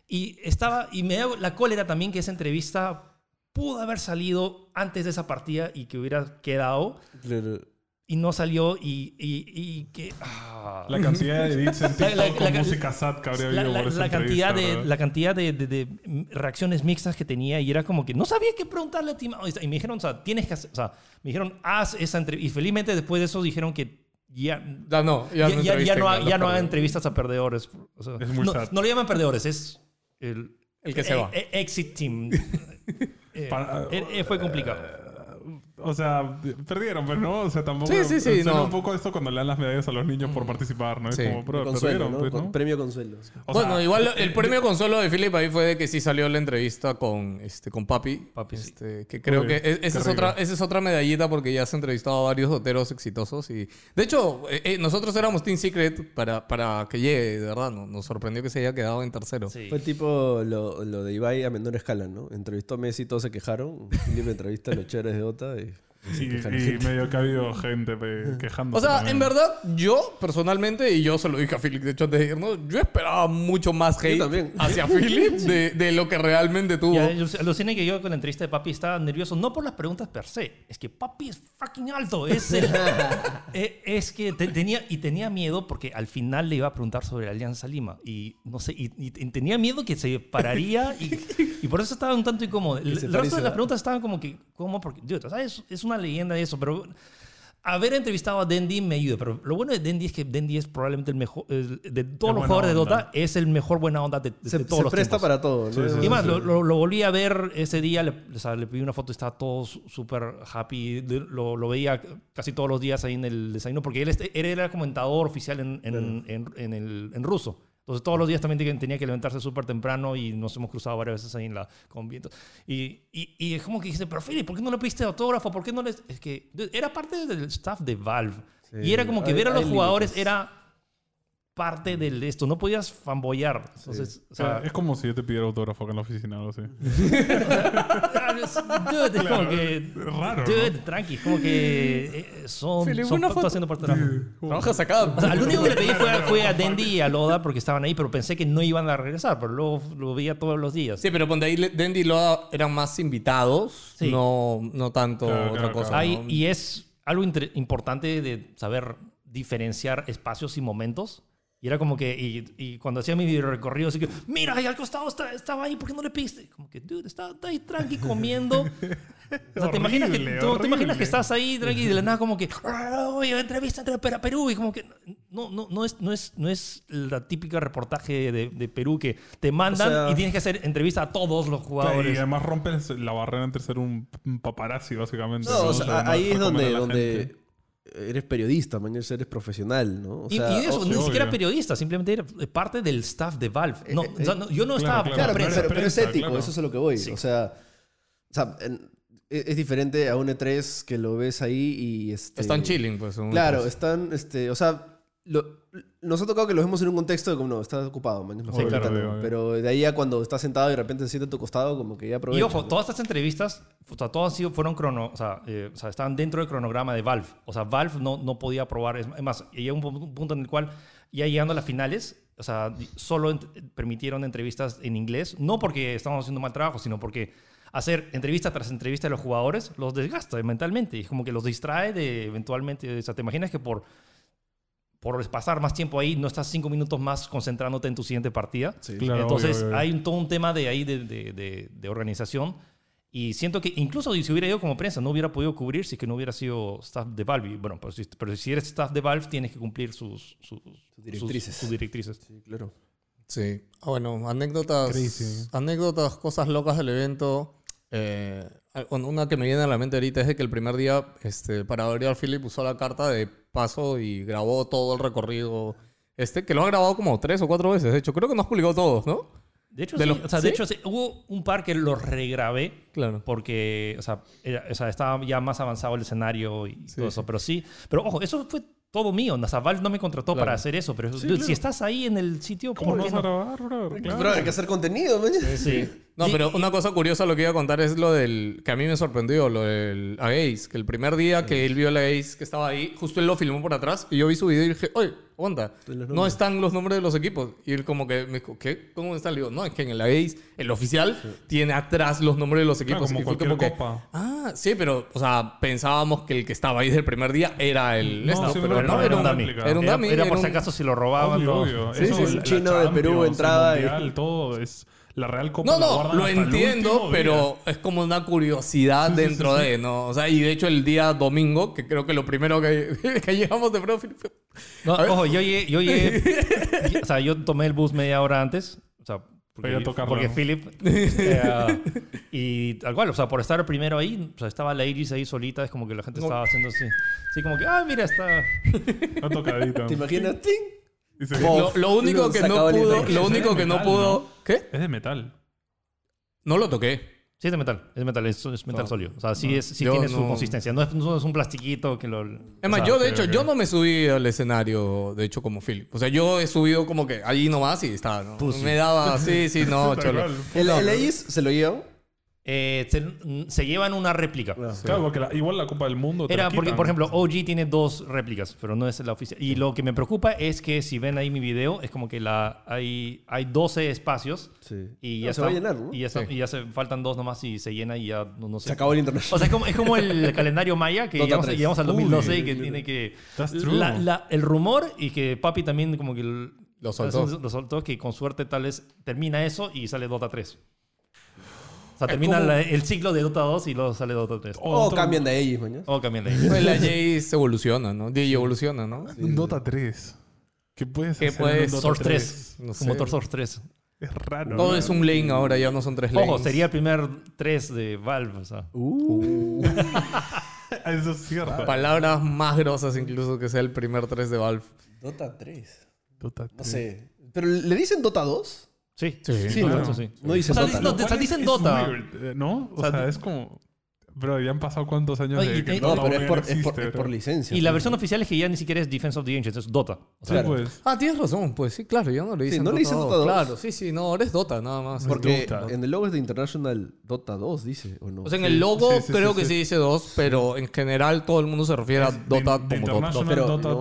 Speaker 1: Y estaba, y me da la cólera también que esa entrevista pudo haber salido antes de esa partida y que hubiera quedado
Speaker 3: Claro.
Speaker 1: y no salió y, y, y que. ah.
Speaker 4: La cantidad de edits en
Speaker 1: La-
Speaker 4: TikTok
Speaker 1: la-
Speaker 4: con
Speaker 1: la-
Speaker 4: música sad que habría
Speaker 1: la,
Speaker 4: habido
Speaker 1: la-
Speaker 4: por esa
Speaker 1: la cantidad
Speaker 4: entrevista,
Speaker 1: de,
Speaker 4: ¿verdad?
Speaker 1: la cantidad de, de- de, mm, reacciones mixtas que tenía y era como que no sabía qué preguntarle a Tim. Y me dijeron, o sea, tienes que hacer, o sea, me dijeron, haz esa entrevista. Y felizmente después de eso dijeron que ya,
Speaker 2: Ya no, ya,
Speaker 1: ya,
Speaker 2: no
Speaker 1: ya- ya
Speaker 2: entrevisten
Speaker 1: no, ha-
Speaker 2: a los
Speaker 1: ya no hagan
Speaker 2: perdedores.
Speaker 1: entrevistas a perdedores. O sea,
Speaker 4: Es muy
Speaker 1: no,
Speaker 4: sad.
Speaker 1: no le llaman perdedores, es el,
Speaker 2: El que se
Speaker 1: e-
Speaker 2: va.
Speaker 1: e- exit team. Eh,
Speaker 4: Para-
Speaker 1: eh, eh, fue complicado.
Speaker 4: O sea, perdieron, pero no, o sea, tampoco.
Speaker 2: Sí, sí, sí,
Speaker 4: suena
Speaker 2: no.
Speaker 4: un poco esto cuando le dan las medallas a los niños
Speaker 1: Mm.
Speaker 4: por participar, ¿no?
Speaker 2: Sí.
Speaker 4: Es como, bro,
Speaker 3: Consuelo,
Speaker 4: perdieron,
Speaker 3: ¿no?
Speaker 4: pues,
Speaker 3: Con-
Speaker 4: ¿no?
Speaker 3: Premio Consuelo.
Speaker 4: O
Speaker 2: bueno,
Speaker 4: sea,
Speaker 2: igual el premio consuelo de Philip ahí fue de que sí salió la entrevista con, este, con Papi.
Speaker 1: Papi, sí.
Speaker 2: Este, Que creo
Speaker 4: Uy,
Speaker 2: que es-
Speaker 4: qué
Speaker 2: esa es,
Speaker 4: rico.
Speaker 2: otra, esa es otra medallita porque ya se ha entrevistado a varios doteros exitosos. y De hecho, eh, eh, nosotros éramos Team Secret para, para que llegue, de verdad. Nos, nos sorprendió que se haya quedado en tercero.
Speaker 1: Sí.
Speaker 3: Fue tipo lo, lo de Ibai a menor escala, ¿no? Entrevistó a Messi, todos se quejaron. Philip entrevista a los chéveres de Ota y.
Speaker 4: y, y medio que ha habido gente pe,
Speaker 2: O
Speaker 4: quejándose.
Speaker 2: sea,
Speaker 4: también.
Speaker 2: en verdad, yo personalmente, y yo se lo dije a Philip, de hecho, antes de irnos, yo esperaba mucho más hate
Speaker 3: también.
Speaker 2: hacia Philip de, de lo que realmente tuvo.
Speaker 1: Ya, yo- alucina que yo con la entrevista de Papi estaba nervioso, no por las preguntas per se, es que Papi es fucking alto, es, el- eh, es que te- tenía, y tenía miedo porque al final le iba a preguntar sobre la Alianza Lima y no sé, y, y- y tenía miedo que se pararía y, y por eso estaba un tanto incómodo. El,
Speaker 3: se
Speaker 1: el
Speaker 3: pare y
Speaker 1: resto
Speaker 3: se
Speaker 1: de las
Speaker 3: va.
Speaker 1: preguntas estaban como que, ¿cómo? Porque, dude, o sea, es, es una leyenda eso, pero haber entrevistado a Dendy me ayuda, pero lo bueno de Dendy es que Dendy es probablemente el mejor, el- de todos
Speaker 4: Es
Speaker 1: los
Speaker 4: buena
Speaker 1: jugadores de
Speaker 4: onda.
Speaker 1: Dota, es el mejor buena onda de, de
Speaker 3: Se,
Speaker 1: todos
Speaker 3: se
Speaker 1: los
Speaker 3: presta
Speaker 1: tiempos.
Speaker 3: para todo, ¿no?
Speaker 4: Sí, sí,
Speaker 1: Y más, lo, lo- lo volví a ver ese día, le, o sea, le pedí una foto, estaba todo su- súper happy, de- lo, lo veía casi todos los días ahí en el desayuno, porque él, este- él era comentador oficial en, en, en- en el- en ruso. Entonces todos los días también tenía- tenía que levantarse súper temprano y nos hemos cruzado varias veces ahí en la combi. Entonces, Y, y, y es como que dice, pero Philip, ¿por qué no le pediste autógrafo? ¿Por qué no le...? Es que dude, era parte del staff de Valve.
Speaker 3: Sí,
Speaker 1: y era como que
Speaker 3: hay-
Speaker 1: ver a
Speaker 3: hay
Speaker 1: los jugadores
Speaker 3: límites.
Speaker 1: era parte del esto. No podías fanboyar. Entonces, o
Speaker 4: O sea,
Speaker 1: sea,
Speaker 4: es como si yo te pidiera autógrafo acá en la oficina, no sé.
Speaker 1: Ah, es- Dude, es como que.
Speaker 4: es raro,
Speaker 1: Dude, tranqui, es como que. eh, Son.
Speaker 2: Philip,
Speaker 1: son
Speaker 2: una
Speaker 1: todo
Speaker 2: foto.
Speaker 1: haciendo parte de la-
Speaker 2: Trabajas acá.
Speaker 1: O sea, al único que le pedí fue, fue a Dendy y a Loda porque estaban ahí, pero pensé que no iban a regresar, pero luego lo veía todos los días.
Speaker 2: Sí, pero ponte ahí, le- Dendy y Loda eran más invitados,
Speaker 1: Sí.
Speaker 2: no, no tanto
Speaker 4: Claro,
Speaker 2: otra
Speaker 4: claro,
Speaker 2: cosa.
Speaker 4: claro.
Speaker 1: Hay-
Speaker 2: ¿no?
Speaker 1: y es algo inter- importante de saber diferenciar espacios y momentos. Y era como que, y, y cuando hacía mi recorrido, así que, mira, ahí al costado está- estaba ahí, ¿por qué no le pediste? Como que, dude, está, está ahí tranqui comiendo. O sea, ¿te, imaginas que,
Speaker 4: Horrible,
Speaker 1: tú- te imaginas que
Speaker 4: horrible.
Speaker 1: estás ahí tranqui y de la nada como que, "Ah, oye, entrevista entre Perú, Perú. Y como que, no, no, no, es, no, es, no es la típica reportaje de, de Perú que te mandan
Speaker 3: sea-
Speaker 1: y tienes que hacer entrevista a todos los
Speaker 4: Y
Speaker 1: jugadores.
Speaker 4: además rompes la barrera entre ser un un paparazzi, básicamente.
Speaker 3: No, o
Speaker 4: O
Speaker 3: sea,
Speaker 4: sea, no
Speaker 3: ahí es
Speaker 4: dejar comer
Speaker 3: donde,
Speaker 4: a la
Speaker 3: donde
Speaker 4: gente.
Speaker 3: eres periodista, mañana eres profesional, ¿no? O
Speaker 1: Y-
Speaker 3: sea,
Speaker 1: y, eso,
Speaker 3: o-
Speaker 1: ni
Speaker 4: obvio.
Speaker 1: siquiera periodista, simplemente era parte del staff de Valve. No, o sea, no, yo no
Speaker 4: Eh, claro,
Speaker 1: estaba
Speaker 4: claro,
Speaker 1: como
Speaker 3: Claro, pero,
Speaker 1: prensa.
Speaker 3: pero- pero es
Speaker 4: Prensa,
Speaker 3: ético,
Speaker 4: claro.
Speaker 3: eso es a lo que voy. O sea, o sea, en- e, es, es diferente a un E3 que lo ves ahí y... Este,
Speaker 2: Están chilling, pues. un-
Speaker 3: Claro,
Speaker 2: pues.
Speaker 3: están, este, o sea, lo- nos ha tocado que los vemos en un contexto de como, no, estás ocupado, man, es mejor
Speaker 1: Sí, claro,
Speaker 3: ahorita no".
Speaker 4: obvio, obvio.
Speaker 3: Pero de ahí a cuando estás sentado y de repente se siente a tu costado, como que ya aprovecha.
Speaker 1: Y ojo,
Speaker 3: ¿no?
Speaker 1: todas estas entrevistas, o sea, todas han sido- fueron crono, o sea, eh, o sea, estaban dentro del cronograma de Valve. O sea, Valve no, no podía probar. Es es más, llegó un pu- un punto en el cual, ya llegando a las finales, o sea, di- solo ent- permitieron entrevistas en inglés. No porque estábamos haciendo mal trabajo, sino porque hacer entrevista tras entrevista de los jugadores los desgasta mentalmente. Y es como que los distrae de eventualmente. O sea, te imaginas que por, por pasar más tiempo ahí, no estás cinco minutos más concentrándote en tu siguiente partida.
Speaker 3: Sí.
Speaker 4: Claro,
Speaker 1: Entonces
Speaker 4: obvio, obvio.
Speaker 1: hay un, todo un tema de ahí de, de- de- de organización y siento que incluso si hubiera ido como prensa no hubiera podido cubrir si es que no hubiera sido staff de Valve. Y Bueno, pero si, pero si eres staff de Valve tienes que cumplir sus, sus, sus-
Speaker 3: directrices.
Speaker 1: sus directrices.
Speaker 3: Sí, claro.
Speaker 2: Sí. Ah, bueno, anécdotas.
Speaker 4: Crazy.
Speaker 2: Anécdotas, cosas locas del evento. Eh, al- bueno, una que me viene a la mente ahorita es de que el primer día, este, para variar, Philip usó la carta de paso y grabó todo el recorrido. Este, que lo ha grabado como tres o cuatro veces. De hecho, creo que no has publicado todos, ¿no?
Speaker 1: De hecho,
Speaker 2: De
Speaker 1: sí,
Speaker 2: lo-
Speaker 1: o sea, de
Speaker 2: ¿sí?
Speaker 1: hecho sí, hubo un par que lo regrabé
Speaker 2: Claro.
Speaker 1: porque o sea, era- o sea, estaba ya más avanzado el escenario y
Speaker 2: Sí.
Speaker 1: todo eso. Pero sí, pero ojo, eso fue todo mío. O sea, Valve no me contrató
Speaker 2: Claro.
Speaker 1: para hacer eso, pero
Speaker 3: Sí,
Speaker 1: dude,
Speaker 3: claro.
Speaker 1: si estás ahí en el sitio,
Speaker 4: ¿Cómo
Speaker 1: ¿por
Speaker 4: no
Speaker 1: qué
Speaker 4: vas a
Speaker 1: no?
Speaker 4: grabar, brother? Claro.
Speaker 3: Pero hay que hacer contenido, man.
Speaker 1: Sí.
Speaker 2: No,
Speaker 1: Sí,
Speaker 2: pero
Speaker 1: y-
Speaker 2: una cosa curiosa lo que iba a contar es lo del que a mí me sorprendió, lo del a Ace, que el primer día que él vio a la Ace que estaba ahí, justo él lo filmó por atrás y yo vi su video y dije, oye, aguanta,
Speaker 3: Los nombres".
Speaker 2: no están los nombres de los equipos. Y él como que me dijo, ¿qué? ¿Cómo están? Le digo, no, es que en el Ace, el oficial, tiene atrás los nombres de los
Speaker 4: Claro,
Speaker 2: equipos.
Speaker 4: como
Speaker 2: Y fue
Speaker 4: cualquier
Speaker 2: como que,
Speaker 4: copa.
Speaker 2: ah, sí, pero, o sea, pensábamos que el que estaba ahí del primer día era el...
Speaker 4: No,
Speaker 2: este,
Speaker 4: sí,
Speaker 2: pero
Speaker 4: no,
Speaker 2: no, era un dummy.
Speaker 4: réplica.
Speaker 2: Era un
Speaker 1: Era,
Speaker 2: dummy.
Speaker 1: era por
Speaker 2: un-
Speaker 1: si acaso si lo robaban.
Speaker 4: Obvio,
Speaker 1: ¿no?
Speaker 4: obvio.
Speaker 3: Sí,
Speaker 4: Eso,
Speaker 3: sí, sí.
Speaker 4: la- la
Speaker 3: Chino de Perú,
Speaker 4: Champions, el
Speaker 3: entrada y-
Speaker 4: Mundial, todo. Es la Real Copa.
Speaker 2: No, no,
Speaker 4: la pues, guardan
Speaker 2: lo
Speaker 4: hasta el
Speaker 2: entiendo,
Speaker 4: último día.
Speaker 2: pero es como una curiosidad dentro de, ¿no? O sea, y de hecho el día domingo, que creo que lo primero que, que llegamos de pronto fue-
Speaker 1: No,
Speaker 2: A ver.
Speaker 1: ojo, yo llegué, yo llegué- o sea, yo tomé el bus media hora antes, o sea,
Speaker 4: Para ir
Speaker 1: porque,
Speaker 4: a tocarlo.
Speaker 1: porque Philip, eh, y tal cual, o sea, por estar primero ahí, o sea, estaba la Iris ahí solita, es como que la gente
Speaker 2: No.
Speaker 1: estaba haciendo así, sí, como que, ah, mira, está,
Speaker 4: Una tocadita.
Speaker 3: ¿Te imaginas? ¡Ting!
Speaker 4: Y se-
Speaker 2: Lo, lo único
Speaker 3: Lo
Speaker 2: que
Speaker 3: sacaba
Speaker 2: no
Speaker 3: el
Speaker 2: pudo,
Speaker 3: internet.
Speaker 2: lo único que no
Speaker 4: Metal,
Speaker 2: pudo, ¿qué?
Speaker 4: Es de metal.
Speaker 2: No lo toqué.
Speaker 1: sí es de metal, es metal, es, es metal
Speaker 2: No.
Speaker 1: sólido, o sea, sí, es, sí
Speaker 2: Yo
Speaker 1: tiene
Speaker 2: no.
Speaker 1: su consistencia, no es, no es un plastiquito que lo,
Speaker 2: Es más,
Speaker 1: o sea,
Speaker 2: yo de
Speaker 4: Ah, ok,
Speaker 2: hecho,
Speaker 4: ok.
Speaker 2: yo no me subí al escenario, de hecho, como Philip. O sea, yo he subido como que allí nomás y estaba, ¿no? Me daba, sí, sí, no,
Speaker 4: Pues Tal
Speaker 2: cholo.
Speaker 4: cual.
Speaker 3: El, el Aegis se lo llevó.
Speaker 1: eh, se, se llevan una réplica.
Speaker 4: Claro, porque la- igual la Copa del Mundo. te
Speaker 1: Era
Speaker 4: la
Speaker 1: porque,
Speaker 4: quitan.
Speaker 1: por ejemplo, OG tiene dos réplicas, pero no es la oficial. Y lo que me preocupa es que si ven ahí mi video, es como que la, hay, hay 12 espacios
Speaker 3: Sí.
Speaker 1: y
Speaker 3: No,
Speaker 1: ya
Speaker 3: se va a
Speaker 1: está-
Speaker 3: llenar, ¿no?
Speaker 1: Y ya, está-
Speaker 2: Sí.
Speaker 1: y ya se faltan dos nomás y se llena y ya no, no sé.
Speaker 3: Se acabó el internet.
Speaker 1: O sea, es como, es como el calendario maya que
Speaker 3: Dota
Speaker 1: llegamos,
Speaker 3: tres.
Speaker 1: llegamos al
Speaker 4: Uy,
Speaker 1: 2012 y que
Speaker 4: claro.
Speaker 1: tiene que...
Speaker 4: That's true.
Speaker 1: la- la- el rumor y que papi también como que... l-
Speaker 2: Lo soltó.
Speaker 1: Lo soltó, que con suerte tal vez termina eso y sale Dota 3. O sea,
Speaker 2: Es
Speaker 1: termina
Speaker 2: como-
Speaker 1: la- el ciclo de Dota 2 y luego sale Dota 3.
Speaker 3: o
Speaker 4: Otro-
Speaker 3: cambian de Aegis, mañana.
Speaker 1: Oh, cambian de ahí.
Speaker 2: Pues la Jay se evoluciona, ¿no? DJ evoluciona, ¿no?
Speaker 4: Un Dota 3. ¿Qué puedes
Speaker 2: ¿Qué
Speaker 4: hacer? en
Speaker 2: puedes-
Speaker 4: un Dota
Speaker 1: Source 3.
Speaker 4: 3?
Speaker 2: No sé.
Speaker 1: Como Motor Source 3.
Speaker 4: Es raro.
Speaker 2: Todo
Speaker 4: ¿no?
Speaker 2: es un lane ahora, ya no son tres lanes.
Speaker 1: Ojo, sería el primer 3 de Valve. O sea.
Speaker 3: Uh.
Speaker 4: Eso es cierto.
Speaker 2: Palabras más grosas incluso que sea el primer 3 de Valve.
Speaker 3: Dota 3.
Speaker 4: Dota
Speaker 3: No
Speaker 4: 3.
Speaker 3: sé. ¿Pero le dicen Dota 2?
Speaker 1: Sí.
Speaker 2: Sí,
Speaker 1: ¿no?
Speaker 4: claro.
Speaker 1: Eso sí.
Speaker 3: No dicen
Speaker 1: O sea,
Speaker 3: Dota.
Speaker 1: no,
Speaker 3: ¿no?
Speaker 1: te-
Speaker 4: Lo cual
Speaker 1: dicen
Speaker 4: es
Speaker 1: Dota.
Speaker 4: weird, eh, ¿No? O
Speaker 1: sea,
Speaker 4: sea,
Speaker 1: di-
Speaker 4: es como... Pero ya han pasado cuántos
Speaker 1: No,
Speaker 4: años
Speaker 1: y-
Speaker 4: de que
Speaker 1: y-
Speaker 4: Dota
Speaker 3: No, pero es
Speaker 4: ya
Speaker 3: por, es por-
Speaker 4: existe,
Speaker 3: es por
Speaker 4: ¿no?
Speaker 3: licencia.
Speaker 1: Y la versión oficial es que ya ni siquiera es Defense of the Ancients, es Dota. O
Speaker 4: Sí,
Speaker 1: sea,
Speaker 3: Claro.
Speaker 4: pues.
Speaker 2: Ah, tienes razón, pues sí, claro, yo no le
Speaker 3: Sí,
Speaker 2: hice
Speaker 3: no le dicen Dota 2.
Speaker 2: Claro, sí, sí, no, ahora es Pues Dota nada más.
Speaker 3: Porque
Speaker 4: Dota.
Speaker 3: en el logo es de International Dota 2, dice, ¿o no?
Speaker 2: O sea, en
Speaker 4: Sí,
Speaker 2: el logo
Speaker 4: sí, sí,
Speaker 2: creo
Speaker 4: sí,
Speaker 2: que
Speaker 4: sí.
Speaker 2: sí dice 2, pero en general todo el mundo se refiere a
Speaker 4: Es de-
Speaker 2: Dota como
Speaker 4: de
Speaker 2: Dota.
Speaker 4: International
Speaker 3: Pero
Speaker 4: Dota
Speaker 3: no.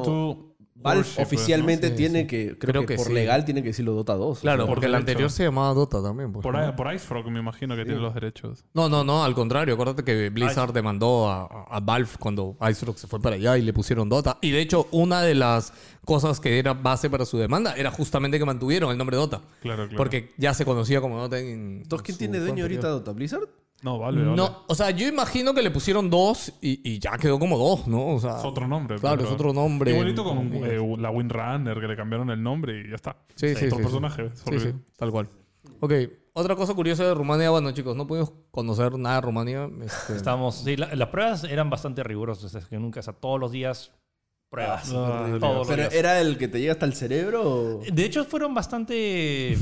Speaker 4: 2
Speaker 3: Valve
Speaker 4: Worship, pues,
Speaker 3: oficialmente
Speaker 2: ¿no? Sí,
Speaker 3: tiene
Speaker 2: sí.
Speaker 3: que, creo,
Speaker 2: Creo
Speaker 3: que,
Speaker 2: que
Speaker 3: por
Speaker 2: sí.
Speaker 3: legal tiene que decirlo Dota 2. o
Speaker 2: Claro,
Speaker 3: sea,
Speaker 4: por
Speaker 2: porque el
Speaker 4: derecho.
Speaker 2: anterior se llamaba Dota también. pues,
Speaker 4: ¿no?
Speaker 2: ¿no?
Speaker 4: Por, por Icefrog me imagino que tiene los derechos.
Speaker 2: No, no, no, al contrario. Acuérdate que Blizzard demandó a, a- a Valve cuando Icerock se fue para allá y le pusieron Dota. Y de hecho, una de las cosas que era base para su demanda era justamente que mantuvieron el nombre Dota.
Speaker 4: Claro, claro.
Speaker 2: Porque ya se conocía como Dota en.
Speaker 3: Entonces, ¿quién
Speaker 2: su
Speaker 3: tiene dueño ahorita
Speaker 2: anterior.
Speaker 3: Dota? ¿Blizzard?
Speaker 4: No, Valve, Valve.
Speaker 2: No, o sea, yo imagino que le pusieron dos y, y ya quedó como dos, ¿no? O sea,
Speaker 4: Es otro nombre.
Speaker 2: Claro,
Speaker 4: pero-
Speaker 2: es otro nombre.
Speaker 4: Igualito con eh, la Windrunner, que le cambiaron el nombre y ya está.
Speaker 2: Sí, sí,
Speaker 4: Otro
Speaker 2: sí,
Speaker 4: personaje.
Speaker 2: Sí,
Speaker 4: eh, sobre-
Speaker 2: sí, tal cual. Ok, otra cosa curiosa de Rumania. Bueno, chicos, no pudimos conocer nada de Rumania. este,
Speaker 1: estábamos- sí, la- las pruebas eran bastante rigurosas. Es que nunca, o sea, todos los días pruebas.
Speaker 4: Ah,
Speaker 1: todos los
Speaker 3: ¿Pero
Speaker 1: días.
Speaker 3: era el que te llega hasta el cerebro? o-
Speaker 1: De hecho, fueron bastante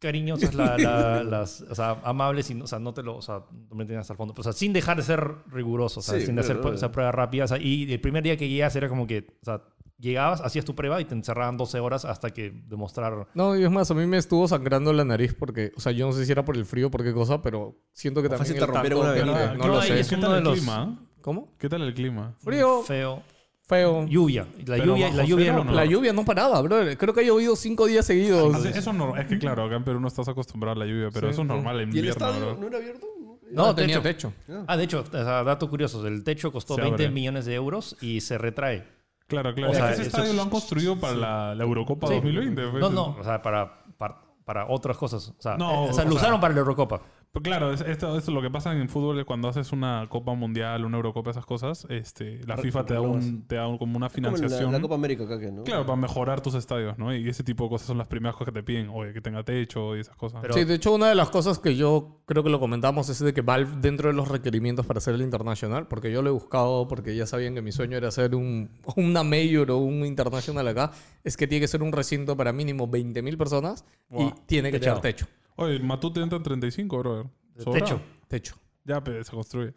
Speaker 1: cariñosas, la- la- las, o sea, amables, y, no- o sea, no te lo, o sea, no me entiendes hasta el fondo, pero, o sea, sin dejar de ser riguroso, o sea,
Speaker 3: Sí,
Speaker 1: sin hacer
Speaker 3: claro,
Speaker 1: esa prueba rápida, o sea, y el primer día que llegas era como que, o sea, llegabas, hacías tu prueba y te encerraban 12 horas hasta que demostrar...
Speaker 2: No, y es más, a mí me estuvo sangrando la nariz porque, o sea, yo no sé si era por el frío o por qué cosa, pero siento que
Speaker 3: O
Speaker 2: también
Speaker 3: fácil
Speaker 2: el
Speaker 3: te rompieron
Speaker 2: tacto
Speaker 3: una
Speaker 2: que-
Speaker 4: Ah,
Speaker 3: avenida.
Speaker 2: no
Speaker 1: Yo
Speaker 2: lo
Speaker 1: ahí
Speaker 2: sé.
Speaker 1: es
Speaker 4: ¿Qué
Speaker 1: uno
Speaker 4: tal
Speaker 1: de
Speaker 4: el
Speaker 1: los-
Speaker 4: clima? ah?
Speaker 2: ¿Cómo?
Speaker 4: ¿Qué tal el clima?
Speaker 2: Frío,
Speaker 1: Feo.
Speaker 2: feo.
Speaker 1: Lluvia. La
Speaker 4: Pero
Speaker 1: lluvia,
Speaker 4: bajo
Speaker 1: la lluvia
Speaker 4: cero,
Speaker 1: era lo
Speaker 4: ¿no?
Speaker 2: La lluvia no paraba, bro. Creo que ha llovido cinco días seguidos.
Speaker 4: Ah, sí, Eso es normal. Es que claro, acá en Perú no estás acostumbrado a la lluvia, pero
Speaker 2: Sí,
Speaker 4: eso es
Speaker 2: sí.
Speaker 4: normal en
Speaker 3: ¿Y el
Speaker 4: invierno,
Speaker 3: estadio
Speaker 4: bro.
Speaker 3: no era abierto?
Speaker 2: No,
Speaker 1: Ah,
Speaker 2: tenía
Speaker 1: techo.
Speaker 2: techo.
Speaker 1: Ah, de hecho, o sea, dato curioso, el techo costó
Speaker 4: Se
Speaker 1: 20
Speaker 4: abre.
Speaker 1: millones de euros y se retrae.
Speaker 4: Claro, claro.
Speaker 1: O sea,
Speaker 4: es que ese
Speaker 1: eso-
Speaker 4: estadio lo han construido para la, la Eurocopa
Speaker 1: Sí.
Speaker 4: 2020. pues.
Speaker 1: No, no, o sea, para, para, para otras cosas. O sea,
Speaker 4: No,
Speaker 1: eh, o sea,
Speaker 4: o
Speaker 1: lo
Speaker 4: sea-
Speaker 1: usaron para la Eurocopa.
Speaker 4: Pero claro, es- esto, esto es lo que pasa en fútbol es cuando haces una Copa Mundial, una Eurocopa, esas cosas. Este, la FIFA te da, un, te da un- como una
Speaker 3: Como en la,
Speaker 4: financiación.
Speaker 3: la Copa América acá que no.
Speaker 4: Claro, para mejorar tus estadios, ¿no? Y ese tipo de cosas son las primeras cosas que te piden. Oye, que tenga techo y esas cosas.
Speaker 1: Pero-
Speaker 2: Sí, de hecho, una de las cosas que yo creo que lo comentamos es de que Valve, dentro de los requerimientos para hacer el internacional, porque yo lo he buscado, porque ya sabían que mi sueño era hacer un, una Major o un international acá, es que tiene que ser un recinto para mínimo 20.000 personas y
Speaker 4: Wow.
Speaker 2: tiene que
Speaker 1: Creo.
Speaker 2: echar techo.
Speaker 4: Oye, el Matute entra en 35, brother. Sobra.
Speaker 1: Techo.
Speaker 2: Techo.
Speaker 4: Ya, pero se construye.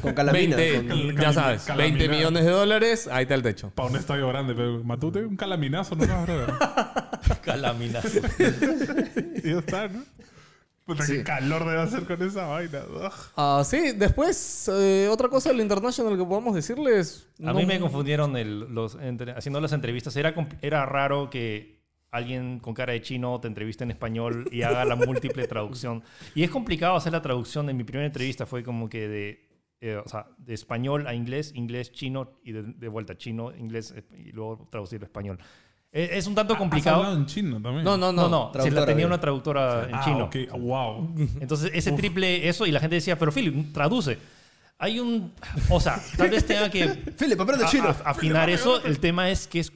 Speaker 3: Con Calamina.
Speaker 2: 20,
Speaker 3: con-
Speaker 2: ya sabes,
Speaker 4: calamina.
Speaker 2: 20 millones de dólares, ahí está el techo.
Speaker 4: Para un estadio grande, pero Matute, un calaminazo nomás, brother.
Speaker 1: Calamina.
Speaker 4: y ya está, ¿no? Puta, qué calor debe hacer con esa vaina. Ugh.
Speaker 2: Ah, sí, después, eh, otra cosa del international que podamos decirles.
Speaker 1: A
Speaker 2: no-
Speaker 1: mí me confundieron el- los, entre- haciendo las entrevistas. Era, compl- era raro que alguien con cara de chino te entreviste en español y haga la múltiple traducción. Y es complicado hacer la traducción. En mi primera entrevista fue como que de, eh, o sea, de español a inglés, inglés, chino y de, de vuelta chino, inglés eh, y luego traducirlo a español. E, Es, es un tanto
Speaker 4: Has
Speaker 1: complicado.
Speaker 4: hablado en chino también.
Speaker 2: No, no,
Speaker 1: No, no,
Speaker 2: no.
Speaker 1: se la
Speaker 3: Traductora,
Speaker 1: tenía
Speaker 3: bien.
Speaker 1: una traductora en
Speaker 4: Ah,
Speaker 1: chino.
Speaker 4: ok. Wow.
Speaker 1: Entonces, ese triple, eso, y la gente decía, pero Philip, traduce. Hay un. O sea, tal vez tenga que
Speaker 3: Philip, aprende
Speaker 1: a-
Speaker 3: chino.
Speaker 1: a- afinar eso. El tema es que es,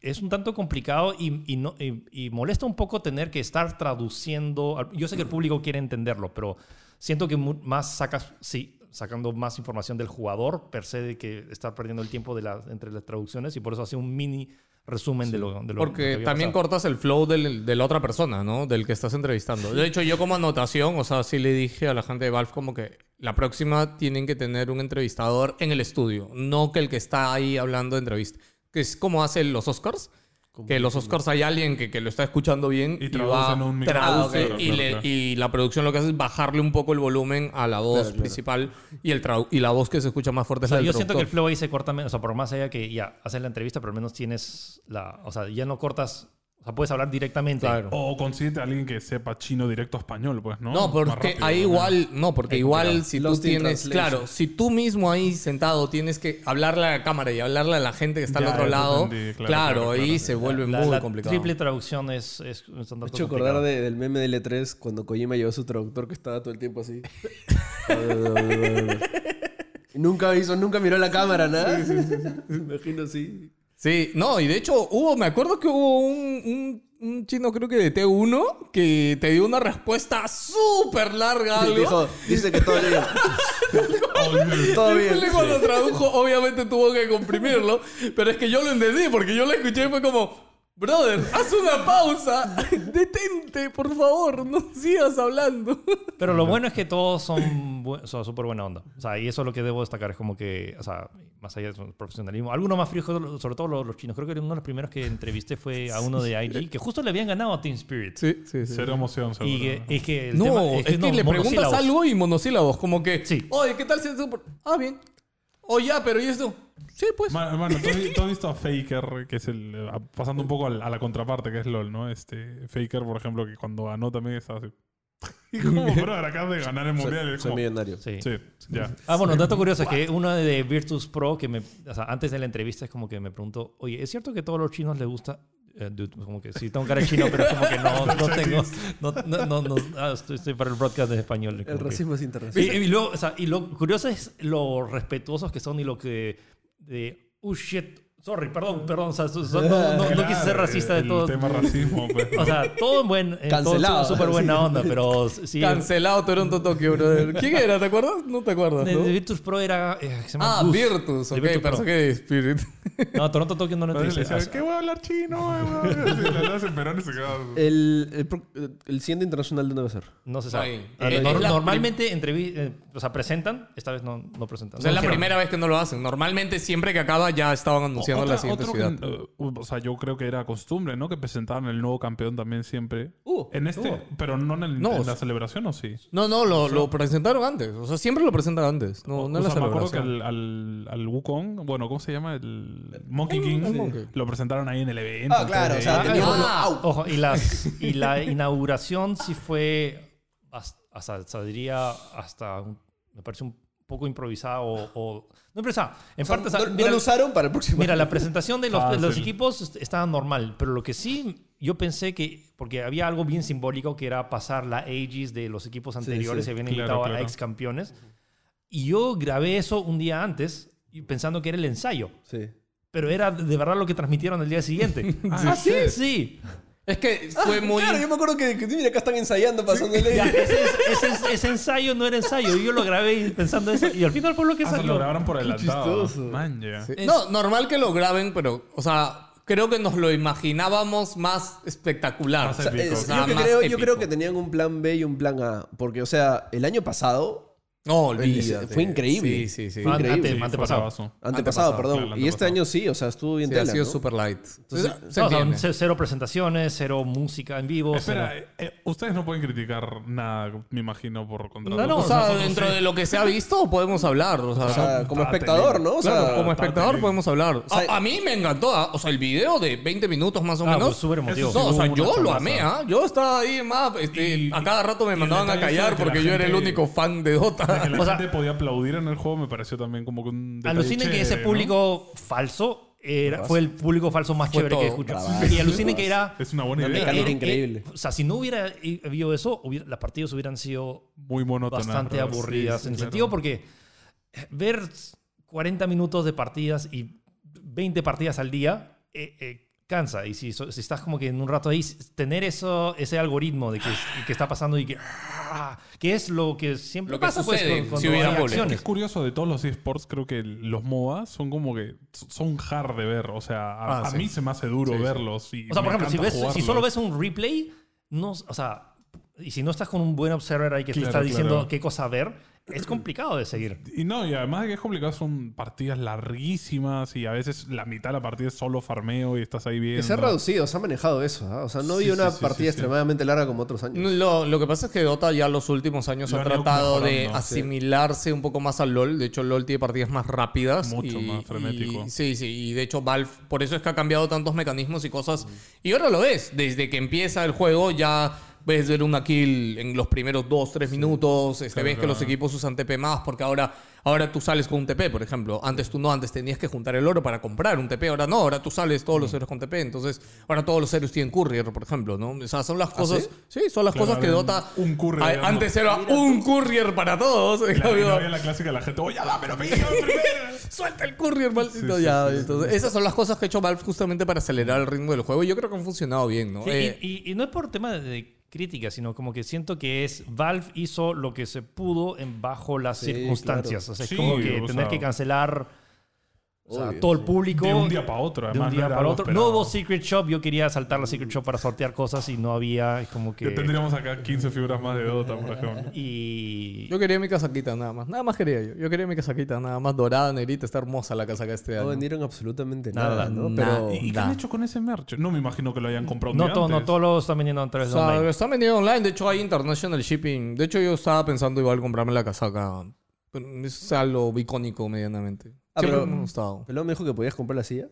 Speaker 1: es un tanto complicado y, y no, y, y molesta un poco tener que estar traduciendo. al- Yo sé que el público quiere entenderlo, pero siento que mu- más sacas, sí, sacando más información del jugador per se de que estar perdiendo el tiempo de la- entre las traducciones y por eso hace un mini resumen de lo de lo- de lo
Speaker 2: Porque
Speaker 1: que había
Speaker 2: también
Speaker 1: pasado.
Speaker 2: cortas el flow del- de la otra persona, ¿no? Del que estás entrevistando. De hecho, yo como anotación, o sea, sí le dije a la gente de Valve como que la próxima tienen que tener un entrevistador en el estudio, no que el que está ahí hablando de entrevista. Que es como hacen los Oscars. Que los Oscars hay alguien que, que lo está escuchando bien
Speaker 4: Y
Speaker 2: y,
Speaker 4: traduce
Speaker 2: va,
Speaker 4: en un micrófono.
Speaker 2: traduce
Speaker 4: Ah, ok.
Speaker 2: y,
Speaker 4: Claro,
Speaker 2: le-
Speaker 4: claro.
Speaker 2: y la producción lo que hace es bajarle un poco el volumen a la voz
Speaker 3: Claro, claro.
Speaker 2: principal y, el trau- y la voz que se escucha más fuerte
Speaker 1: O sea,
Speaker 2: es la
Speaker 1: yo
Speaker 2: del
Speaker 1: siento que el
Speaker 2: traductor.
Speaker 1: flow ahí se corta menos. O sea, por más allá que ya haces la entrevista, pero al menos tienes la. O sea, ya no cortas. O sea, puedes hablar directamente.
Speaker 2: Claro.
Speaker 4: O consíguete a alguien que sepa chino directo a español, pues, ¿no?
Speaker 2: No,
Speaker 4: Más
Speaker 2: porque
Speaker 4: rápido,
Speaker 2: ahí
Speaker 4: ¿no?
Speaker 2: igual, no, porque igual
Speaker 3: complicado.
Speaker 2: si
Speaker 3: Lost
Speaker 2: tú
Speaker 3: in
Speaker 2: tienes,
Speaker 3: translation.
Speaker 2: claro, si tú mismo ahí sentado tienes que hablarle a la cámara y hablarle a la gente que está
Speaker 4: Ya,
Speaker 2: al otro
Speaker 4: ya
Speaker 2: lado,
Speaker 4: entendí,
Speaker 2: claro,
Speaker 4: claro, claro,
Speaker 2: ahí
Speaker 4: claro.
Speaker 2: se vuelve
Speaker 1: La-
Speaker 2: muy
Speaker 1: la
Speaker 2: complicado.
Speaker 1: Triple traducción es. es un tanto
Speaker 3: Me he hecho
Speaker 1: complicado.
Speaker 3: acordar de- del meme de L3 cuando Kojima llevó a su traductor que estaba todo el tiempo así. Y nunca hizo, nunca miró la cámara, nada. Me imagino así.
Speaker 2: Sí, no, y de hecho hubo, me acuerdo que hubo un, un- un chino creo que de T1 que te dio una respuesta súper larga.
Speaker 3: Y
Speaker 2: algo.
Speaker 3: Dijo, dice que todo bien. todo
Speaker 2: Y
Speaker 3: bien.
Speaker 2: Felipe cuando tradujo, obviamente tuvo que comprimirlo, pero es que yo lo entendí porque yo lo escuché y fue como, brother, haz una pausa, detente, por favor, no sigas hablando.
Speaker 1: Pero lo bueno es que todos son bu- son súper buena onda. O sea, y eso es lo que debo destacar. Es como que, o sea, más allá de su profesionalismo. Algunos más fríos, sobre todo los, los chinos. Creo que uno de los primeros que entrevisté fue a uno de IG, que justo le habían ganado a Team Spirit.
Speaker 2: Sí, sí, sí.
Speaker 4: Cero emoción, seguro.
Speaker 1: Y que, es que el
Speaker 2: no,
Speaker 1: tema
Speaker 2: es que,
Speaker 1: no,
Speaker 2: le preguntas
Speaker 1: monosílabos.
Speaker 2: algo y monosílabos, como que,
Speaker 1: Sí.
Speaker 2: oye, ¿qué tal si es por- Ah, bien. O ya, pero ¿y esto? Sí, pues.
Speaker 4: Ma- Hermano, ¿tú, has vi- tú has visto a Faker, que es el. eh, a- Pasando un poco al- a la, contraparte, que es LOL, ¿no? Este. Faker, por ejemplo, que cuando ganó también estaba así. Y como, bro, acabas de ganar el
Speaker 3: Soy-
Speaker 4: mundial. y
Speaker 3: Soy,
Speaker 4: es como,
Speaker 3: millonario.
Speaker 1: Sí.
Speaker 4: Sí, ya.
Speaker 1: Ah, bueno, dato curioso es que uno de Virtus Pro, que me, o sea, antes de la entrevista es como que me preguntó, oye, ¿es cierto que a todos los chinos les gusta? Eh, dude, como que sí, tengo cara de chino, pero es como que no, no tengo, no, no, no, no, ah, estoy, estoy para el broadcast en español. como
Speaker 3: El
Speaker 1: que-
Speaker 3: racismo es
Speaker 1: Y,
Speaker 3: internacional.
Speaker 1: y luego, o sea, y lo curioso es lo respetuosos que son y lo que, de, oh shit, sorry, perdón, perdón, o sea, so- so- no, no- no quise ser
Speaker 4: Claro,
Speaker 1: racista de
Speaker 4: el
Speaker 1: todo.
Speaker 4: tema racismo, pues.
Speaker 1: O sea, todo en buen, en todo
Speaker 3: Cancelado.
Speaker 1: súper buena onda, pero sí.
Speaker 2: Cancelado Toronto Tokio, brother. ¿Quién era? ¿Te acuerdas? No te acuerdas,
Speaker 1: de-
Speaker 2: ¿no?
Speaker 1: de Virtus Pro era, eh, se llama
Speaker 2: Ah,
Speaker 1: Gus.
Speaker 2: Virtus,
Speaker 1: De
Speaker 2: ok,
Speaker 1: Virtus Pro.
Speaker 2: pensé que Spirit.
Speaker 1: No, Toronto Tokio no lo
Speaker 4: Entonces le
Speaker 1: entendí.
Speaker 4: decían, ¿qué voy a hablar chino? eh, weón?" Así, la verdad, en Perón y se quedaban.
Speaker 3: El, el pro- el siguiente internacional, ¿dónde va a ser?
Speaker 1: No se sabe.
Speaker 2: Ay,
Speaker 1: Ah,
Speaker 2: es-
Speaker 1: nor-
Speaker 2: es la
Speaker 1: normalmente entrevi- eh, o sea, presentan, esta vez no, no presentan.
Speaker 2: O sea, es
Speaker 1: No
Speaker 2: la
Speaker 1: dijeron.
Speaker 2: primera vez que no lo hacen. Normalmente, siempre que acaba, ya estaban anunciando
Speaker 4: Otra-
Speaker 2: la siguiente
Speaker 4: otro
Speaker 2: ciudad.
Speaker 4: que, eh, o sea, yo creo que era costumbre, ¿no? Que presentaban el nuevo campeón también siempre.
Speaker 1: Uh,
Speaker 4: en este, pero no en, el-
Speaker 2: No,
Speaker 4: en
Speaker 2: o sea-
Speaker 4: la celebración, ¿o sí?
Speaker 2: No, no, lo, lo presentaron antes. O sea, siempre lo presentan antes. No, no
Speaker 4: o
Speaker 2: es la
Speaker 4: sea, me acuerdo que
Speaker 2: celebración.
Speaker 4: al, al, al Wukong, bueno, ¿cómo se llama? El Monkey King.
Speaker 2: el Monkey.
Speaker 4: Lo presentaron ahí en el evento. entonces, ahí-
Speaker 1: tenía-
Speaker 2: Ah,
Speaker 1: Ojo, y, las, y la inauguración sí fue hasta, hasta diría, hasta, un- me parece un poco improvisada o, o- No improvisada. En parte, o sea,
Speaker 5: no,
Speaker 1: mira,
Speaker 5: lo usaron para el próximo.
Speaker 1: mira, la presentación de los, de los
Speaker 4: Fácil.
Speaker 1: equipos est- estaba normal, pero lo que sí yo pensé que, porque había algo bien simbólico que era pasar la ages de los equipos anteriores,
Speaker 3: sí.
Speaker 1: se habían
Speaker 4: Claro,
Speaker 1: invitado a
Speaker 4: claro.
Speaker 1: ex campeones, y yo grabé eso un día antes y pensando que era el ensayo.
Speaker 3: Sí.
Speaker 1: Pero era de verdad lo que transmitieron el día siguiente. ¿Ah, sí? Sí.
Speaker 2: es que fue muy.
Speaker 5: Claro, yo me acuerdo que, que sí, mira, acá están ensayando, pasando el
Speaker 1: Ya, ese, es- ese- ese ensayo no era ensayo. y Yo lo grabé pensando eso. Y al final fue lo que
Speaker 4: Ah, se
Speaker 1: salió.
Speaker 4: lo grabaron por adelantado.
Speaker 3: chistoso.
Speaker 4: Man, ya.
Speaker 2: Sí. No, normal que lo graben, pero, o sea, creo que nos lo imaginábamos más espectacular.
Speaker 4: Más
Speaker 2: O sea,
Speaker 4: épico.
Speaker 2: o
Speaker 5: Es-
Speaker 2: sea,
Speaker 5: yo, que
Speaker 2: más
Speaker 5: creo, yo
Speaker 2: épico.
Speaker 5: creo que tenían un plan B y un plan A. Porque, o sea, el año pasado,
Speaker 2: No, olvídate.
Speaker 5: Fue increíble.
Speaker 2: Sí, sí, sí.
Speaker 1: Fue
Speaker 5: increíble.
Speaker 1: ante-
Speaker 4: Sí, fue
Speaker 1: antepasado.
Speaker 4: bravazo.
Speaker 5: antepasado, perdón.
Speaker 4: claro,
Speaker 5: y este
Speaker 4: antepasado.
Speaker 5: año sí, o sea, estuvo bien
Speaker 2: Sí, ha
Speaker 5: tela,
Speaker 2: sido
Speaker 5: ¿no?
Speaker 2: super light.
Speaker 5: Entonces,
Speaker 2: Se- se
Speaker 1: No, o sea,
Speaker 2: entiende.
Speaker 1: c- cero presentaciones, cero música en vivo.
Speaker 4: Espera,
Speaker 1: cero-
Speaker 4: eh, eh, ustedes no pueden criticar nada, me imagino, por contrato.
Speaker 1: No, no,
Speaker 2: o sea,
Speaker 4: Nosotros
Speaker 2: dentro
Speaker 4: sí.
Speaker 2: de lo que se ha visto podemos hablar. O sea,
Speaker 5: O sea, como
Speaker 4: Está
Speaker 5: espectador,
Speaker 4: terrible.
Speaker 5: ¿no? O sea,
Speaker 2: claro, como espectador
Speaker 4: terrible.
Speaker 2: podemos hablar. A-
Speaker 5: sea,
Speaker 2: a, mí me encantó. ah, O sea, el video de 20 minutos más o
Speaker 1: Ah,
Speaker 2: menos.
Speaker 1: pues, súper emotivo.
Speaker 4: Eso sí
Speaker 2: No, o sea,
Speaker 4: hubo
Speaker 2: yo
Speaker 4: una
Speaker 2: lo
Speaker 4: chamaza.
Speaker 2: amé, ¿ah? Yo estaba ahí más. este,
Speaker 4: Y-
Speaker 2: a cada rato me
Speaker 4: y el
Speaker 2: mandaban a
Speaker 4: detalle es
Speaker 2: callar
Speaker 4: que la
Speaker 2: porque yo era el
Speaker 4: gente-
Speaker 2: único fan de
Speaker 4: Que
Speaker 2: Dota.
Speaker 4: la
Speaker 1: O sea-
Speaker 4: gente podía aplaudir en el juego me pareció también como que un detalle
Speaker 1: Alucinen que ese
Speaker 4: chévere, ¿no?
Speaker 1: público falso era, fue el público falso más
Speaker 2: Fue
Speaker 1: chévere que he
Speaker 2: todo.
Speaker 1: escuchado.
Speaker 5: Bravazo,
Speaker 1: Y alucinen que era.
Speaker 4: Es una buena
Speaker 5: Una
Speaker 4: idea.
Speaker 5: mecánica
Speaker 1: era-
Speaker 5: increíble.
Speaker 1: o sea, si no hubiera i- habido eso, hubiera- las partidas hubieran sido
Speaker 4: Muy monótona.
Speaker 1: bastante
Speaker 4: pero sí,
Speaker 1: aburridas.
Speaker 4: sí,
Speaker 1: en el
Speaker 4: claro.
Speaker 1: sentido porque eh, ver 40 minutos de partidas y 20 partidas al día eh, eh, cansa. Y si, so- si estás como que en un rato ahí, s- tener eso, ese algoritmo de que, y que está pasando y que... ah, que es lo que siempre
Speaker 2: Lo que
Speaker 1: pasa pues,
Speaker 2: sucede
Speaker 1: con-
Speaker 2: si
Speaker 1: cuando
Speaker 2: hubiera
Speaker 1: hay
Speaker 2: goles.
Speaker 4: Es
Speaker 1: acciones.
Speaker 4: curioso de todos los esports, creo que los MOBA son como que son hard de ver. O sea, a,
Speaker 2: Ah,
Speaker 4: a
Speaker 2: sí.
Speaker 4: mí se me hace duro verlos. Y
Speaker 1: O sea,
Speaker 4: me
Speaker 1: por ejemplo, si,
Speaker 4: encanta
Speaker 1: ves, si
Speaker 4: jugarlos.
Speaker 1: solo ves un replay, no, o sea, y si no estás con un buen observer ahí que te
Speaker 4: Claro,
Speaker 1: está diciendo
Speaker 4: claro.
Speaker 1: qué cosa ver, es complicado de seguir.
Speaker 4: Y no, y además de que es complicado, son partidas larguísimas y a veces la mitad de la partida es solo farmeo y estás ahí viendo.
Speaker 3: Que se ha reducido, se ha manejado eso. ¿ah? O sea, no
Speaker 4: Sí,
Speaker 3: había
Speaker 4: sí,
Speaker 3: una
Speaker 4: sí, sí,
Speaker 3: partida
Speaker 4: sí.
Speaker 3: extremadamente larga como otros años.
Speaker 2: Lo, lo que pasa es que Dota ya los últimos años
Speaker 4: Lo
Speaker 2: ha
Speaker 4: han ido
Speaker 2: tratado de
Speaker 4: mejorando, sí.
Speaker 2: asimilarse un poco más al LOL. De hecho, LOL tiene partidas más rápidas.
Speaker 4: Mucho
Speaker 2: y-
Speaker 4: más frenético.
Speaker 2: y- sí, sí. Y de hecho, Valve, por eso es que ha cambiado tantos mecanismos y cosas. Y ahora lo ves. Desde que empieza el juego ya ves ver una kill en los primeros 2, 3 minutos. Este,
Speaker 4: Claro,
Speaker 2: ves que
Speaker 4: claro.
Speaker 2: los equipos usan TP más porque ahora, ahora tú sales con un TP, por ejemplo. Antes tú no, antes tenías que juntar el oro para comprar un TP. Ahora no, ahora tú sales todos
Speaker 4: Mm.
Speaker 2: los héroes con TP. Entonces, ahora todos los héroes tienen courier, por ejemplo, ¿no? O sea, son las cosas... sí? son las
Speaker 4: ¿Ah, Claro,
Speaker 2: cosas que
Speaker 4: un-
Speaker 2: Dota...
Speaker 4: un courier,
Speaker 2: Ay,
Speaker 4: digamos.
Speaker 2: Antes era un courier para todos. En
Speaker 4: Y la, y
Speaker 2: cambio,
Speaker 4: no había la clásica de la gente, oye, dámelo, pídelo primero.
Speaker 2: Suelta el courier, maldito.
Speaker 4: Sí, sí,
Speaker 2: ya,
Speaker 4: sí, sí.
Speaker 2: entonces, esas son las cosas que ha hecho Valve justamente para acelerar el ritmo del juego. Y yo creo que han funcionado bien, ¿no?
Speaker 1: Sí,
Speaker 2: Eh,
Speaker 1: y, y- y no es por tema de crítica, sino como que siento que es Valve hizo lo que se pudo en bajo las circunstancias. O sea, es
Speaker 4: Sí,
Speaker 1: como que
Speaker 4: o
Speaker 1: tener
Speaker 4: sea,
Speaker 1: que cancelar o sea,
Speaker 5: obvio,
Speaker 1: todo el público
Speaker 4: De un día para otro,
Speaker 1: de un
Speaker 4: además.
Speaker 1: día
Speaker 4: no era
Speaker 1: para
Speaker 4: algo
Speaker 1: otro.
Speaker 4: esperado.
Speaker 1: No hubo Secret Shop, yo quería saltar la Secret Shop para sortear cosas y no había, es como que...
Speaker 4: Ya tendríamos acá 15 figuras más de Dota, por ejemplo.
Speaker 1: Y...
Speaker 2: Yo quería mi casaquita nada más. Nada más quería yo. Yo quería mi casaquita nada más dorada, negrita. Está hermosa la casaca este
Speaker 3: No
Speaker 2: año.
Speaker 3: vendieron absolutamente
Speaker 1: Nada,
Speaker 3: nada, ¿no?
Speaker 2: nada.
Speaker 3: Pero
Speaker 4: ¿Y qué
Speaker 2: Da.
Speaker 4: han hecho con ese merch? No me imagino que lo hayan comprado. un
Speaker 1: no,
Speaker 4: día
Speaker 1: todo, no
Speaker 4: antes.
Speaker 1: todos los están vendiendo a
Speaker 2: O
Speaker 1: través de
Speaker 2: sea,
Speaker 1: online.
Speaker 2: está vendido online. De hecho, hay international shipping. De hecho, yo estaba pensando igual comprarme la casaca. Pero Es algo icónico medianamente.
Speaker 3: Ah,
Speaker 2: Siempre
Speaker 3: pero-
Speaker 2: me ha gustado.
Speaker 3: Pelón me dijo que podías comprar la silla.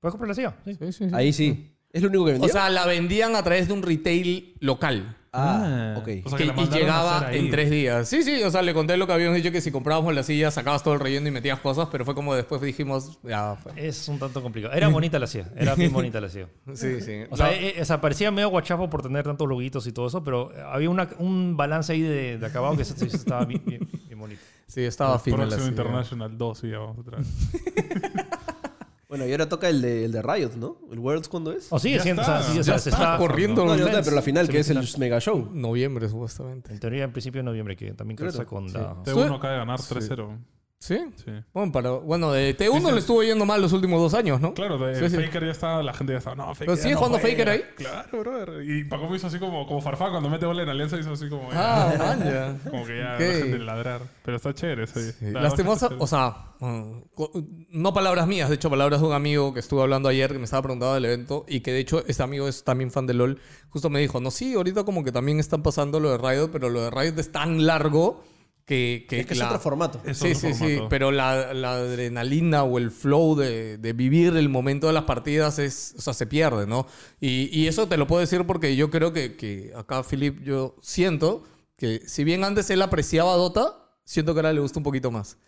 Speaker 1: ¿Puedes comprar la silla? Sí.
Speaker 2: Sí, sí, sí.
Speaker 3: Ahí sí. Es lo único que
Speaker 2: O
Speaker 3: vendía.
Speaker 2: sea, la vendían a través de un retail local.
Speaker 3: ah, ok.
Speaker 4: O sea,
Speaker 2: Que-
Speaker 4: que la
Speaker 2: y
Speaker 4: mandaron a hacer
Speaker 2: llegaba
Speaker 4: ahí.
Speaker 2: en tres días. Sí, sí, o sea, le conté lo que habíamos dicho que si comprábamos la silla, sacabas todo el relleno y metías cosas, pero fue como después dijimos, ya fue.
Speaker 1: Es un tanto complicado. Era bonita la silla, era bien bonita la silla.
Speaker 2: Sí, sí.
Speaker 1: O sea, eh, eh, o sea, parecía medio guachapo por tener tantos loguitos y todo eso, pero eh, había una- un balance ahí de, de acabado que se- se- se estaba bien, bien- bien bonito.
Speaker 2: sí, estaba fino la
Speaker 4: Próximo
Speaker 2: silla.
Speaker 4: International 2, sí, ya vamos otra vez.
Speaker 3: Bueno, y ahora toca el de, el de Riot, ¿no? ¿El Worlds cuándo es?
Speaker 1: O sigue
Speaker 4: Ya
Speaker 1: siendo,
Speaker 4: está,
Speaker 1: o sea, sí, o
Speaker 4: ya
Speaker 1: sea, se
Speaker 4: está
Speaker 1: está
Speaker 2: corriendo.
Speaker 3: no,
Speaker 2: No,
Speaker 3: no, no, pero la final, que es el
Speaker 1: semifinal.
Speaker 3: mega show.
Speaker 2: Mm, Noviembre, supuestamente.
Speaker 1: En teoría, en principio en noviembre, que también calza
Speaker 3: Claro,
Speaker 1: con la...
Speaker 4: Este uno acaba de ganar 3-0.
Speaker 2: Sí.
Speaker 4: Sí.
Speaker 2: Bueno, para, bueno de T1
Speaker 4: Dicen-
Speaker 2: le estuvo yendo mal los últimos dos años, ¿no?
Speaker 4: Claro, de
Speaker 2: Sí, sí.
Speaker 4: Faker ya está, la gente ya está. No, Faker.
Speaker 2: Pero
Speaker 4: ya
Speaker 2: sigue
Speaker 4: no
Speaker 2: jugando
Speaker 4: juega".
Speaker 2: Faker ahí.
Speaker 4: Claro, brother. Y Paco me hizo así como, como Farfán cuando mete gol en Alianza, hizo así como.
Speaker 2: Ah,
Speaker 4: ya.
Speaker 2: vaya.
Speaker 4: Como que ya
Speaker 2: Ok.
Speaker 4: dejen de ladrar. Pero está chévere eso.
Speaker 2: Sí, Lastimosa, o sea, mm, co- no palabras mías, de hecho palabras de un amigo que estuve hablando ayer que me estaba preguntando del evento y que de hecho este amigo es también fan de LOL, justo me dijo, no, sí, ahorita como que también están pasando lo de Riot, pero lo de Riot es tan largo que... que
Speaker 5: Es que es
Speaker 2: la-
Speaker 5: otro formato.
Speaker 2: Sí, sí, sí, pero la, la adrenalina o el flow de, de vivir el momento de las partidas es, o sea, se pierde, ¿no? Y, y eso te lo puedo decir porque yo creo que, que acá, Philip, yo siento que si bien antes él apreciaba Dota, siento que ahora le gusta un poquito más.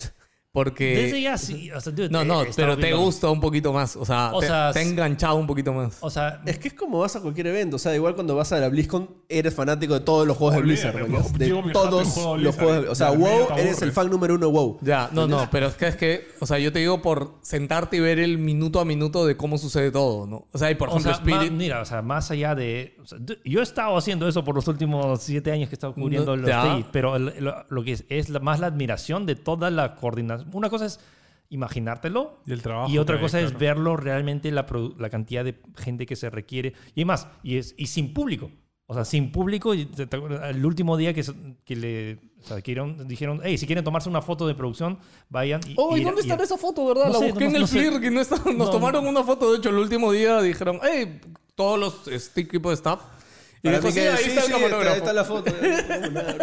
Speaker 1: Desde
Speaker 2: Porque...
Speaker 1: ya sí. O sea, dude,
Speaker 2: No,
Speaker 1: eh,
Speaker 2: no,
Speaker 1: estaba
Speaker 2: pero te
Speaker 1: viendo-
Speaker 2: gusta un poquito más, o sea,
Speaker 1: O
Speaker 2: te,
Speaker 1: sea,
Speaker 2: te ha
Speaker 1: s-
Speaker 2: enganchado un poquito más.
Speaker 1: O sea,
Speaker 5: Es que es como vas a cualquier evento. O sea, igual cuando vas a la BlizzCon, eres fanático de todos los juegos de
Speaker 4: Olvídate,
Speaker 5: Blizzard.
Speaker 4: bro.
Speaker 5: ¿no? De
Speaker 4: Llego a mi jato y
Speaker 5: todos
Speaker 4: juego
Speaker 5: los
Speaker 4: Blizzard.
Speaker 5: juegos. O sea,
Speaker 4: Ya, medio
Speaker 5: WoW,
Speaker 4: te
Speaker 5: eres el
Speaker 4: aburres.
Speaker 5: fan número uno de WoW.
Speaker 2: Ya, no, no, pero es que es que, o sea, yo te digo por sentarte y ver el minuto a minuto de cómo sucede todo, ¿no? O sea, y por
Speaker 1: o
Speaker 2: ejemplo,
Speaker 1: sea, ma-
Speaker 2: Spirit...
Speaker 1: mira, o sea, más allá de. o sea, du- yo he estado haciendo eso por los últimos siete años que he estado cubriendo
Speaker 2: No,
Speaker 1: los
Speaker 2: ya.
Speaker 1: TI, pero el- lo, lo que es, es la- más la admiración de toda la coordinación. Una cosa es imaginártelo
Speaker 4: Y el trabajo.
Speaker 1: y otra
Speaker 4: que hay,
Speaker 1: cosa es
Speaker 4: claro.
Speaker 1: verlo realmente la, produ- la cantidad de gente que se requiere y más y es y sin público o sea sin público y te- te acuerdas, el último día que, se- que le o sea, que dieron- dijeron hey si quieren tomarse una foto de producción vayan y,
Speaker 2: Oh, ¿y
Speaker 1: y-
Speaker 2: dónde
Speaker 1: y-
Speaker 2: estará esa foto, verdad?
Speaker 1: No
Speaker 2: la
Speaker 1: sé,
Speaker 2: busqué
Speaker 1: no-
Speaker 2: en el
Speaker 1: no sé.
Speaker 2: FLIR que no está- nos
Speaker 1: No,
Speaker 2: tomaron una foto. De hecho, el último día dijeron, hey, todos los este equipo de staff. Y
Speaker 5: Para
Speaker 2: dijo,
Speaker 5: mí
Speaker 2: sí,
Speaker 5: que-
Speaker 2: ahí
Speaker 5: sí,
Speaker 2: está
Speaker 5: sí,
Speaker 2: el camarógrafo.
Speaker 5: está la
Speaker 3: eh.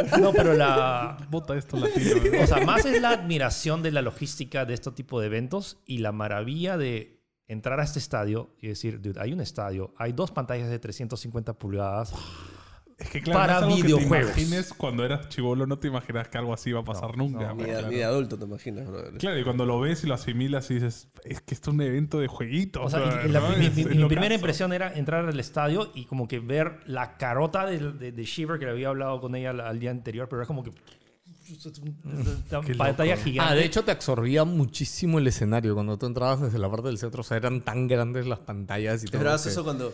Speaker 5: foto.
Speaker 1: no pero la ¿eh?
Speaker 4: Bota esto latino. ¿no?
Speaker 1: O sea, más es la admiración de la logística de este tipo de eventos y la maravilla de entrar a este estadio y decir, dude, hay un estadio, hay dos pantallas de 350 pulgadas.
Speaker 4: Es que claro,
Speaker 1: Para
Speaker 4: no es algo
Speaker 1: videojuegos.
Speaker 4: Que te imagines cuando eras chivolo, no te imaginas que algo así va a pasar nunca.
Speaker 5: Ni
Speaker 4: pues,
Speaker 5: de,
Speaker 4: claro.
Speaker 5: ni de adulto, te imaginas, bro.
Speaker 4: Claro, y cuando lo ves y lo asimilas y dices, es que esto es un evento de jueguitos.
Speaker 1: O sea,
Speaker 4: brother,
Speaker 1: y la-
Speaker 4: ¿no?
Speaker 1: mi,
Speaker 4: Es-
Speaker 1: mi-
Speaker 4: es
Speaker 1: mi
Speaker 4: lo
Speaker 1: primera
Speaker 4: caso.
Speaker 1: impresión era entrar al estadio y como que ver la carota de, de- de Shiver que le había hablado con ella al, al día anterior, pero era como que...
Speaker 4: Qué loco.
Speaker 1: pantalla
Speaker 4: Ah,
Speaker 1: gigante.
Speaker 2: Ah, de hecho, te absorbía muchísimo el escenario. Cuando tú entrabas desde la parte del centro, o sea, eran tan grandes las pantallas y
Speaker 5: Es
Speaker 2: todo.
Speaker 5: verdad
Speaker 2: que-
Speaker 5: eso cuando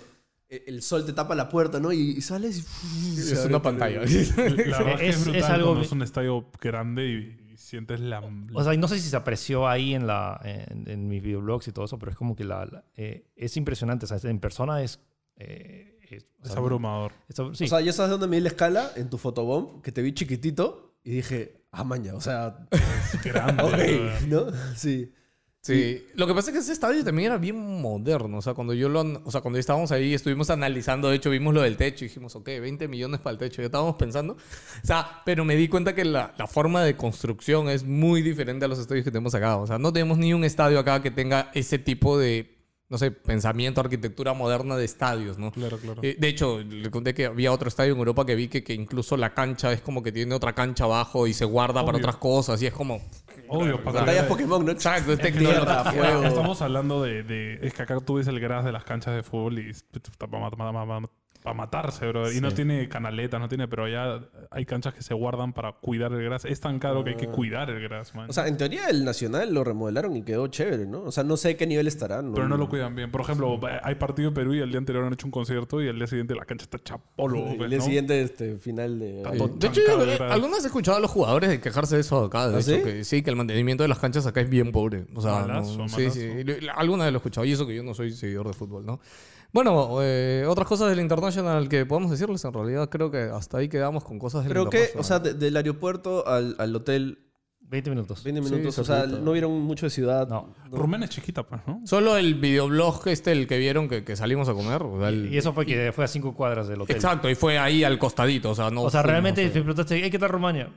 Speaker 5: el el sol te tapa la puerta, ¿no? Y, y sales y...
Speaker 2: Es
Speaker 5: se abre
Speaker 2: una
Speaker 5: todo.
Speaker 2: pantalla.
Speaker 4: La verdad es, que es,
Speaker 1: Es-
Speaker 4: brutal
Speaker 1: es algo-
Speaker 4: cuando es un estadio grande y, y sientes la...
Speaker 1: O sea, y no sé si se apreció ahí en, la, en, en mis videoblogs y todo eso, pero es como que la, la- eh, es impresionante. O sea, en persona es... eh, es- o
Speaker 4: es
Speaker 1: sea,
Speaker 4: abrumador.
Speaker 1: eso- sí.
Speaker 5: O sea, yo sabes dónde me di la escala en tu fotobomb, que te vi chiquitito y dije, ah, maña, o sea,
Speaker 4: Es grande.
Speaker 5: ok,
Speaker 4: brother.
Speaker 5: ¿no? Sí.
Speaker 2: Sí, lo que pasa es que ese estadio también era bien moderno. O sea, cuando yo lo, an- o sea, cuando estábamos ahí, estuvimos analizando, de hecho, vimos lo del techo y dijimos, ok, 20 millones para el techo. Ya estábamos pensando. O sea, pero me di cuenta que la, la forma de construcción es muy diferente a los estadios que tenemos acá. O sea, no tenemos ni un estadio acá que tenga ese tipo de, no sé, pensamiento, arquitectura moderna de estadios, ¿no?
Speaker 4: Claro, claro.
Speaker 2: Eh, de hecho, le conté que había otro estadio en Europa que vi que, que incluso la cancha es como que tiene otra cancha abajo y se guarda para
Speaker 4: Obvio.
Speaker 2: otras cosas y es como...
Speaker 4: Obvio, para
Speaker 5: Pantallas Pokémon, ¿no?
Speaker 2: Exacto, es
Speaker 5: Mierda,
Speaker 2: tecnología.
Speaker 5: fuego.
Speaker 4: Estamos hablando de, de- Es que acá tú ves el gras de las canchas de fútbol y. Para matarse, bro. Y no tiene canaletas, no tiene. Pero allá hay canchas que se guardan para cuidar el gras. Es tan caro que hay que cuidar el gras, man.
Speaker 5: O sea, en teoría el Nacional lo remodelaron y quedó chévere, ¿no? O sea, no sé a qué nivel estará, ¿no?
Speaker 4: pero no lo cuidan bien. Por ejemplo, eh, hay partido en Perú y el día anterior han hecho un concierto y el día siguiente la cancha está chapolo.
Speaker 5: El
Speaker 4: pues,
Speaker 5: día
Speaker 4: ¿no?
Speaker 5: siguiente, este, final de...
Speaker 4: Tanto-
Speaker 2: De hecho, yo,
Speaker 4: chancado,
Speaker 2: eh,
Speaker 4: ¿verdad?
Speaker 2: algunas he escuchado a los jugadores de quejarse de eso acá. De
Speaker 5: ¿Ah,
Speaker 2: hecho,
Speaker 5: sí?
Speaker 2: Que, sí, que el mantenimiento de las canchas acá es bien pobre. O sea,
Speaker 4: Malazo,
Speaker 2: no- sí,
Speaker 4: malazo.
Speaker 2: sí. Lo- la- Algunas lo he escuchado. Y eso que yo no soy seguidor de fútbol, ¿no? Bueno, eh, otras cosas del International que podemos decirles. En realidad, creo que hasta ahí quedamos con cosas del
Speaker 5: Creo que,
Speaker 2: International.
Speaker 5: o sea, de- del aeropuerto al, al hotel,
Speaker 1: 20 minutos.
Speaker 5: 20
Speaker 2: Sí,
Speaker 5: minutos,
Speaker 2: sí,
Speaker 5: o sea,
Speaker 2: sí, sí.
Speaker 5: no vieron mucho de ciudad.
Speaker 1: No.
Speaker 4: Rumena es chiquita, pues, ¿no?
Speaker 2: Solo el videoblog este, el que vieron que, que salimos a comer. o sea, el-
Speaker 1: Y eso fue que fue a cinco cuadras del hotel.
Speaker 2: Exacto, y fue ahí al costadito. O sea, no
Speaker 1: O sea,
Speaker 2: fuimos,
Speaker 1: realmente
Speaker 2: o sea.
Speaker 1: te preguntaste, "Hey, ¿qué tal Rumania?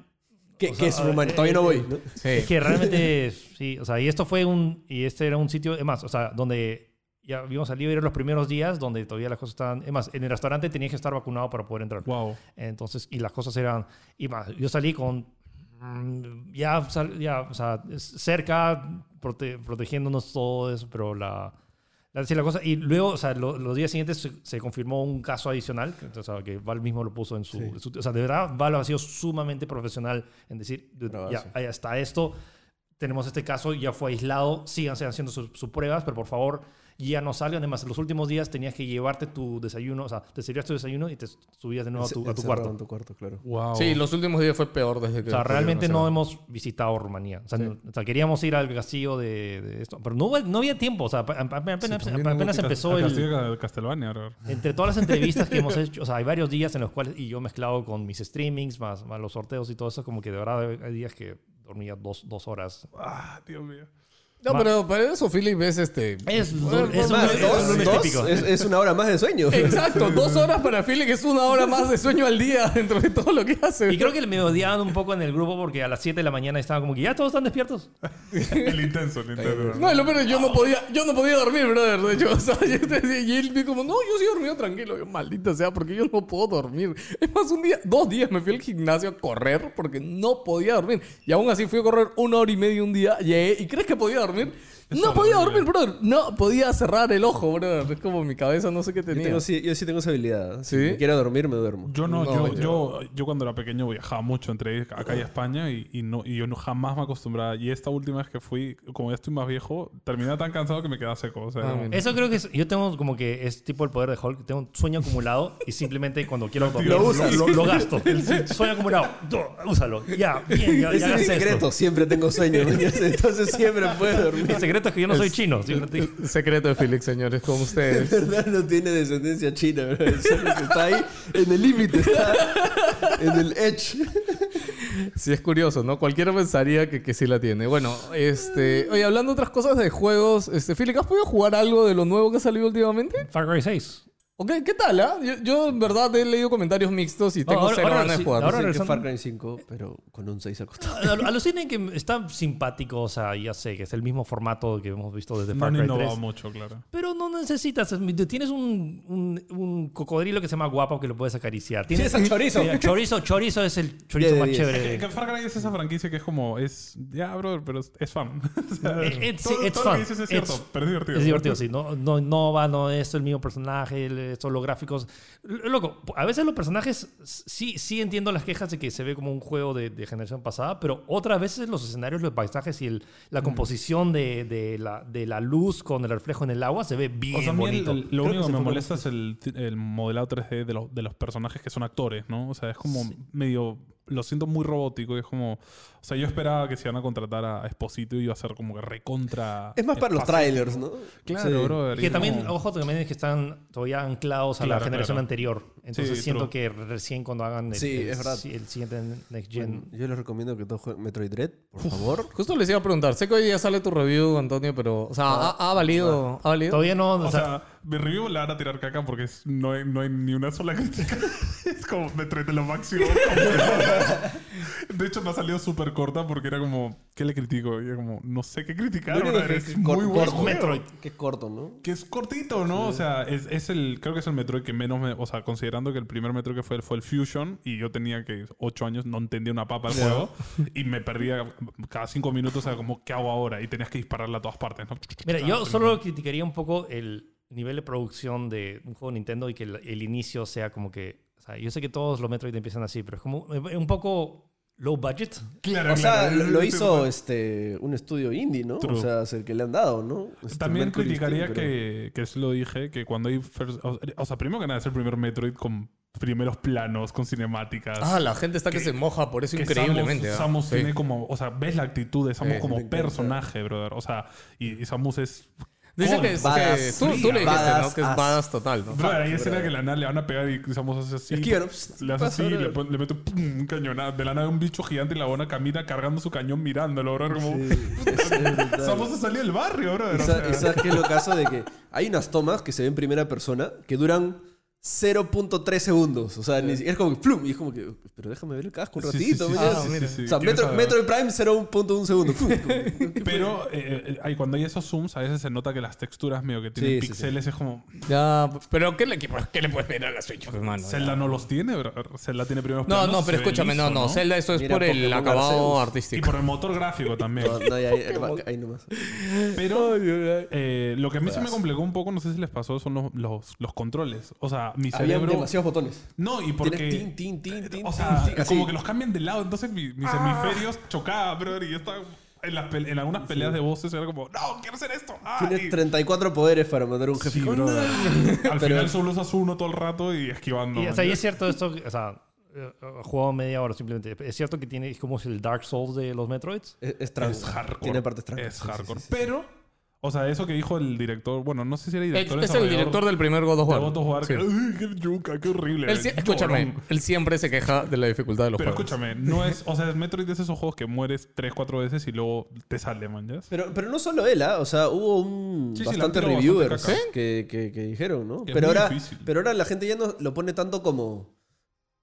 Speaker 5: ¿Qué,
Speaker 1: O
Speaker 5: qué es
Speaker 1: sea,
Speaker 5: Rumania?
Speaker 1: eh,
Speaker 5: Todavía no voy,
Speaker 1: eh,
Speaker 5: ¿no?
Speaker 1: Es
Speaker 2: Sí.
Speaker 1: que realmente, sí, o sea, y esto fue un, y este era un sitio, es más, o sea, donde ya habíamos salido, eran los primeros días donde todavía las cosas estaban, es más, en el restaurante tenías que estar vacunado para poder entrar.
Speaker 4: Wow.
Speaker 1: Entonces, y las cosas eran, y más, yo salí con, mm, ya, sal- ya o sea, es- cerca, prote- protegiéndonos todo eso, pero la... la- sí, la cosa, y luego, o sea, lo- los días siguientes se, se confirmó un caso adicional, que, o sea, que Val mismo lo puso en su, en su- O sea, de verdad, Val ha sido sumamente profesional en decir, "Dude,
Speaker 5: Bravazo.
Speaker 1: ya, ahí está esto, te- tenemos este caso, ya fue aislado, síganse haciendo sus, sus pruebas, pero por favor ya no salgan. Además, en los últimos días tenías que llevarte tu desayuno, o sea, te servías tu desayuno y te subías de nuevo a tu, a tu
Speaker 3: Encerrado
Speaker 1: cuarto.
Speaker 3: En tu cuarto, claro.
Speaker 4: Wow.
Speaker 2: Sí, los últimos días fue peor desde que...
Speaker 1: O sea, realmente no
Speaker 2: ocurrieron,
Speaker 1: hemos visitado Rumanía. O sea, no- o sea, queríamos ir al castillo de, de esto, pero no, hubo- no había tiempo. O sea, ap- ap- apenas,
Speaker 4: También
Speaker 1: apenas
Speaker 4: hubo
Speaker 1: empezó
Speaker 4: Cas-
Speaker 1: el...
Speaker 4: Castillo de Castelvania, bro.
Speaker 1: Entre todas las entrevistas que hemos hecho, o sea, hay varios días en los cuales, y yo mezclado con mis streamings, más, más los sorteos y todo eso, como que de verdad hay días que dormía dos, dos horas.
Speaker 4: Ah, Dios mío.
Speaker 2: o sea. No, pero para eso Philip es este...
Speaker 1: Es, es
Speaker 2: Bueno,
Speaker 1: un- es
Speaker 2: más,
Speaker 1: un lunes
Speaker 3: Dos,
Speaker 1: típico.
Speaker 3: Es, es una hora más de sueño.
Speaker 2: Exacto, dos horas para Philip es una hora más de sueño al día dentro de todo lo que hace.
Speaker 1: Y creo que me odiaban un poco en el grupo porque a las 7 de la mañana estaban como que ya todos están despiertos.
Speaker 4: El intenso, el intenso.
Speaker 2: No, lo peor es que yo no podía, yo no podía dormir, brother. De hecho, o sea, yo te decía, y él vi como, no, yo sí he dormido tranquilo. Yo, maldita sea, porque yo no puedo dormir. Es más, un día, dos días me fui al gimnasio a correr porque no podía dormir. Y aún así fui a correr una hora y media un día, llegué, ¿y crees que podía dormir? no podía dormir, brother. No podía cerrar el ojo, brother. Es como mi cabeza, no sé qué
Speaker 3: Yo,
Speaker 2: tenía.
Speaker 3: tengo, sí, yo sí tengo esa habilidad. Si
Speaker 2: ¿Sí?
Speaker 3: me quiero dormir, me duermo.
Speaker 4: Yo no,
Speaker 2: No,
Speaker 4: yo, yo, yo cuando era pequeño viajaba mucho entre acá y España y, y no, y yo no, jamás me acostumbraba. Y esta última vez que fui, como ya estoy más viejo, terminé tan cansado que me quedaba seco. O sea,
Speaker 2: Ah, mira.
Speaker 1: Eso creo que es- yo tengo como que es tipo el poder de Hulk. Tengo un sueño acumulado y simplemente cuando quiero dormir
Speaker 4: Lo
Speaker 1: lo,
Speaker 4: usas.
Speaker 1: lo- lo gasto. Sueño acumulado, do- úsalo. Ya, bien, ya, ya
Speaker 3: Ese es mi
Speaker 1: gasté esto.
Speaker 3: secreto. Siempre tengo sueño. Entonces siempre puedo dormir.
Speaker 1: El secreto es que yo no soy chino. sino te-
Speaker 2: El Secreto de Felix, señores, como ustedes.
Speaker 3: verdad no tiene descendencia china, bro. Solo que está ahí en el límite, está en el edge.
Speaker 2: Sí, es curioso, ¿no? Cualquiera pensaría que, que sí la tiene. Bueno, este. Oye, hablando de otras cosas de juegos, este, Philip, ¿has podido jugar algo de lo nuevo que ha salido últimamente?
Speaker 1: Far Cry 6.
Speaker 2: Ok, ¿qué tal, ah? Yo, yo, en verdad he leído comentarios mixtos y tengo
Speaker 1: ahora-
Speaker 2: cero
Speaker 1: ahora
Speaker 2: ganas de
Speaker 1: sí,
Speaker 2: jugar.
Speaker 1: ahora-
Speaker 3: Dicen que
Speaker 1: regresando-
Speaker 3: Far Cry 5, pero con un 6 acostado.
Speaker 1: Al- Alucinen que está simpático, o sea, ya sé que es el mismo formato que hemos visto desde
Speaker 4: no
Speaker 1: Far
Speaker 4: han
Speaker 1: Cry
Speaker 4: innovado
Speaker 1: 3.
Speaker 4: mucho, claro.
Speaker 1: Pero no necesitas, es- tienes un, un, un cocodrilo que se llama guapo que lo puedes acariciar. Tienes
Speaker 3: chorizo.
Speaker 1: Mira, chorizo, chorizo es el chorizo
Speaker 3: Diez de
Speaker 1: más
Speaker 3: diez.
Speaker 1: chévere.
Speaker 4: Que Far Cry es esa franquicia que es como, es, ya, brother, pero es- es fan. O sea,
Speaker 1: Eh, eh, sí,
Speaker 4: todo-
Speaker 1: it's
Speaker 4: todo
Speaker 1: fun.
Speaker 4: lo que dices es
Speaker 1: It's-
Speaker 4: cierto, pero es divertido.
Speaker 1: Es divertido, sí. No, no innova, no es el mismo personaje, el- estos los gráficos. L- Loco, a veces los personajes sí, sí entiendo las quejas de que se ve como un juego de, de generación pasada, pero otras veces los escenarios, los paisajes y el- la
Speaker 4: Mm.
Speaker 1: composición de, de la, de la luz con el reflejo en el agua se ve bien
Speaker 4: O sea, a mí el-
Speaker 1: bonito.
Speaker 4: el- lo
Speaker 3: que
Speaker 4: único
Speaker 3: se
Speaker 4: que me
Speaker 3: fue por
Speaker 4: molesta es el, el modelado 3D de los, de los personajes que son actores, ¿no? O sea, es como medio... Lo siento muy robótico y es como... O sea, yo esperaba que se iban a contratar a Esposito y iba a ser como que recontra...
Speaker 3: Es más para los
Speaker 4: fácil.
Speaker 3: trailers, ¿no?
Speaker 4: Claro,
Speaker 3: Sí.
Speaker 4: brother.
Speaker 1: que
Speaker 4: y
Speaker 1: también,
Speaker 4: como-
Speaker 1: ojo, también es que están todavía anclados a
Speaker 4: Claro,
Speaker 1: la generación
Speaker 4: claro.
Speaker 1: anterior. Entonces
Speaker 4: Sí,
Speaker 1: siento
Speaker 4: true.
Speaker 1: que recién cuando hagan el,
Speaker 3: Sí,
Speaker 1: el-
Speaker 3: es verdad.
Speaker 1: el siguiente Next Gen.
Speaker 3: Bueno, Yo les recomiendo que todos jueguen Metroid Dread, por favor.
Speaker 2: Justo les iba a preguntar, sé que hoy ya sale tu review, Antonio, pero. O sea, ha, ha valido. ¿Ha valido?
Speaker 1: Todavía no. o
Speaker 4: O
Speaker 1: sea,
Speaker 4: sea, mi review la van a tirar caca porque es- no, hay, no hay ni una sola crítica. es como me trae de lo máximo. de hecho, me ha salido súper corta porque era como, ¿qué le critico? Y era como, no sé qué criticar.
Speaker 3: Lo único
Speaker 4: brother,
Speaker 3: que-
Speaker 4: es
Speaker 3: que
Speaker 4: muy
Speaker 3: cor-
Speaker 4: bueno.
Speaker 3: corto.
Speaker 1: Metroid.
Speaker 3: Qué corto, ¿no?
Speaker 4: Que es cortito, ¿no? O sea, es, es el. Creo que es el Metroid que menos me. O sea, considerando que el primer Metroid que fue, fue el Fusion y yo tenía que 8 años, no entendía una papa el juego y me perdía cada 5 minutos, o sea, como, ¿qué hago ahora? Y tenías que dispararla a todas partes, ¿no?
Speaker 1: Mira, yo
Speaker 4: Ah, pero-
Speaker 1: solo criticaría un poco el nivel de producción de un juego de Nintendo y que el, el inicio sea como que. O sea, yo sé que todos los Metroid empiezan así, pero es como eh, un poco low budget.
Speaker 4: Claro,
Speaker 3: O sea,
Speaker 4: claro.
Speaker 3: lo, lo hizo este, un estudio indie, ¿no?
Speaker 4: True.
Speaker 3: O sea, es el que le han dado, ¿no? Este,
Speaker 4: También
Speaker 3: Mercury
Speaker 4: criticaría
Speaker 3: Steam, pero-
Speaker 4: que, que se lo dije, que cuando hay. first- o, o sea, primero que nada es el primer Metroid con primeros planos, con cinemáticas.
Speaker 2: Ah, la gente está que,
Speaker 4: Que-
Speaker 2: se moja por eso
Speaker 4: que
Speaker 2: increíblemente.
Speaker 4: Samus,
Speaker 2: ¿ah?
Speaker 4: Samus
Speaker 2: Sí.
Speaker 4: tiene como. O sea, ves la actitud de Samus
Speaker 2: Sí, me
Speaker 4: como
Speaker 3: encanta.
Speaker 4: personaje, brother. O sea, y, y Samus es.
Speaker 2: Dicen
Speaker 4: con-
Speaker 2: que, es- que
Speaker 3: Badass.
Speaker 2: tú, tú le dijiste, ¿no?
Speaker 3: Badass
Speaker 2: Que es
Speaker 3: as-
Speaker 2: badass total, ¿no?
Speaker 4: Brother, ahí escena que la nada le van a pegar y Samus hace así.
Speaker 3: Esquiva, ¿no? Psst,
Speaker 4: Le hace
Speaker 3: pasa,
Speaker 4: así, y le,
Speaker 3: brother.
Speaker 4: pon- le mete pum, un cañón. De la nada un bicho gigante y la buena camina cargando su cañón mirándolo, brother. Como.
Speaker 3: Es- es brutal.
Speaker 4: Samus se salió del barrio, brother.
Speaker 3: Y
Speaker 4: o
Speaker 3: sa-
Speaker 4: sea.
Speaker 3: y sabes qué es lo caso de que hay unas tomas que se ven en primera persona que duran 0.3 segundos. O sea, ni si- es como que plum. Y es como que, pero déjame ver el casco un
Speaker 4: Sí, sí,
Speaker 3: ratito.
Speaker 4: sí,
Speaker 3: ¿me
Speaker 4: sí,
Speaker 2: Ah,
Speaker 3: entiendes?
Speaker 4: sí, sí, sí.
Speaker 3: o sea,
Speaker 4: Quiero
Speaker 3: Metro,
Speaker 4: saber.
Speaker 3: Metroid Prime 0.1 segundo. Plum.
Speaker 4: Pero eh, eh, ahí cuando hay esos zooms, a veces se nota que las texturas medio que tienen
Speaker 3: Sí, sí,
Speaker 4: pixeles es como.
Speaker 2: Ya, pero ¿qué le, qué, qué le puedes pedir a la Switch,
Speaker 3: Ah,
Speaker 2: hermano? Ya.
Speaker 4: Zelda no los tiene, bro. Zelda tiene primeros
Speaker 2: No,
Speaker 4: planos.
Speaker 2: no, pero
Speaker 4: se ve
Speaker 2: escúchame,
Speaker 4: liso,
Speaker 2: no, no. Zelda, eso es
Speaker 3: Mira,
Speaker 2: por el
Speaker 3: Pokémon
Speaker 2: acabado
Speaker 3: Arceus.
Speaker 4: Y
Speaker 2: artístico.
Speaker 4: por el motor gráfico también.
Speaker 3: No, no, ahí, ahí- ahí nomás.
Speaker 4: Pero eh, lo que a mí se me complicó un poco, no sé si les pasó, son los, los, los controles. O sea, mi
Speaker 3: Había
Speaker 4: cerebro.
Speaker 3: demasiados botones.
Speaker 4: No, y
Speaker 3: Tienes tin,
Speaker 4: porque. eh,
Speaker 3: tin, tin, tin,
Speaker 4: O sea,
Speaker 3: tin, tin, así. Ah.
Speaker 4: como que los cambian de lado, entonces mi- mis hemisferios chocaban, bro. Y yo estaba. en, las pel- en algunas peleas de voces era como, no, quiero hacer esto. Ah, y-
Speaker 3: Tienes 34 poderes para matar a un jefe.
Speaker 4: Sí, brother. Al final solo usas uno todo el rato y esquivando.
Speaker 1: Y, o
Speaker 4: man.
Speaker 1: sea, y es cierto esto, que- o sea, eh, eh, he jugado media hora simplemente. Es cierto que tiene, es como es el Dark Souls de los Metroids.
Speaker 3: Es, es trans.
Speaker 4: es hardcore.
Speaker 3: Tiene partes trans.
Speaker 4: Es hardcore. Pero, o sea, eso que dijo el director, bueno, no sé si era
Speaker 2: Es,
Speaker 4: director
Speaker 2: es el director del primer God of
Speaker 4: de
Speaker 2: War.
Speaker 4: God of War. que,
Speaker 2: Sí.
Speaker 4: "Ay, qué yuca, qué horrible.
Speaker 2: Él sí-
Speaker 4: llorón".
Speaker 2: escúchame, él siempre se queja de la dificultad de los
Speaker 4: Pero
Speaker 2: juegos.
Speaker 4: escúchame, no es. O sea, es Metroid es esos juegos que mueres 3-4 veces y luego te sale, man. ¿ya?
Speaker 3: Pero, pero no solo él, ¿ah? O sea, hubo un
Speaker 4: Sí, sí, la
Speaker 3: bastante
Speaker 4: tiró bastante
Speaker 3: reviewers
Speaker 4: caca.
Speaker 3: que, que- que dijeron, ¿no?
Speaker 4: Que es
Speaker 3: Pero
Speaker 4: muy
Speaker 3: ahora,
Speaker 4: difícil.
Speaker 3: pero ahora la gente ya no lo pone tanto como.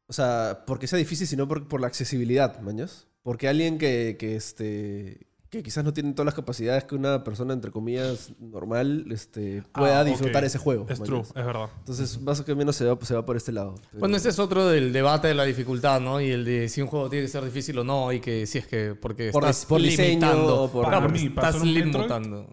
Speaker 3: O sea, porque sea difícil, sino por, por la accesibilidad, mañas. Porque alguien que, que, este. Que quizás no tiene todas las capacidades que una persona, entre comillas, normal, este, pueda
Speaker 4: Ah, ok.
Speaker 3: disfrutar ese juego.
Speaker 4: Es
Speaker 3: mañas.
Speaker 4: true, es verdad.
Speaker 3: Entonces, más o menos se va, se va por este lado. Pero-
Speaker 2: Bueno, ese es otro del debate de la dificultad, ¿no? Y el de si un juego tiene que ser difícil o no, y que si es que porque
Speaker 3: Por
Speaker 2: estás
Speaker 3: dis- por diseño
Speaker 2: limitando.
Speaker 3: o por-
Speaker 2: Claro,
Speaker 4: Para
Speaker 2: porque
Speaker 4: mí, para
Speaker 2: estás
Speaker 4: ser un Metroid-
Speaker 2: limitando.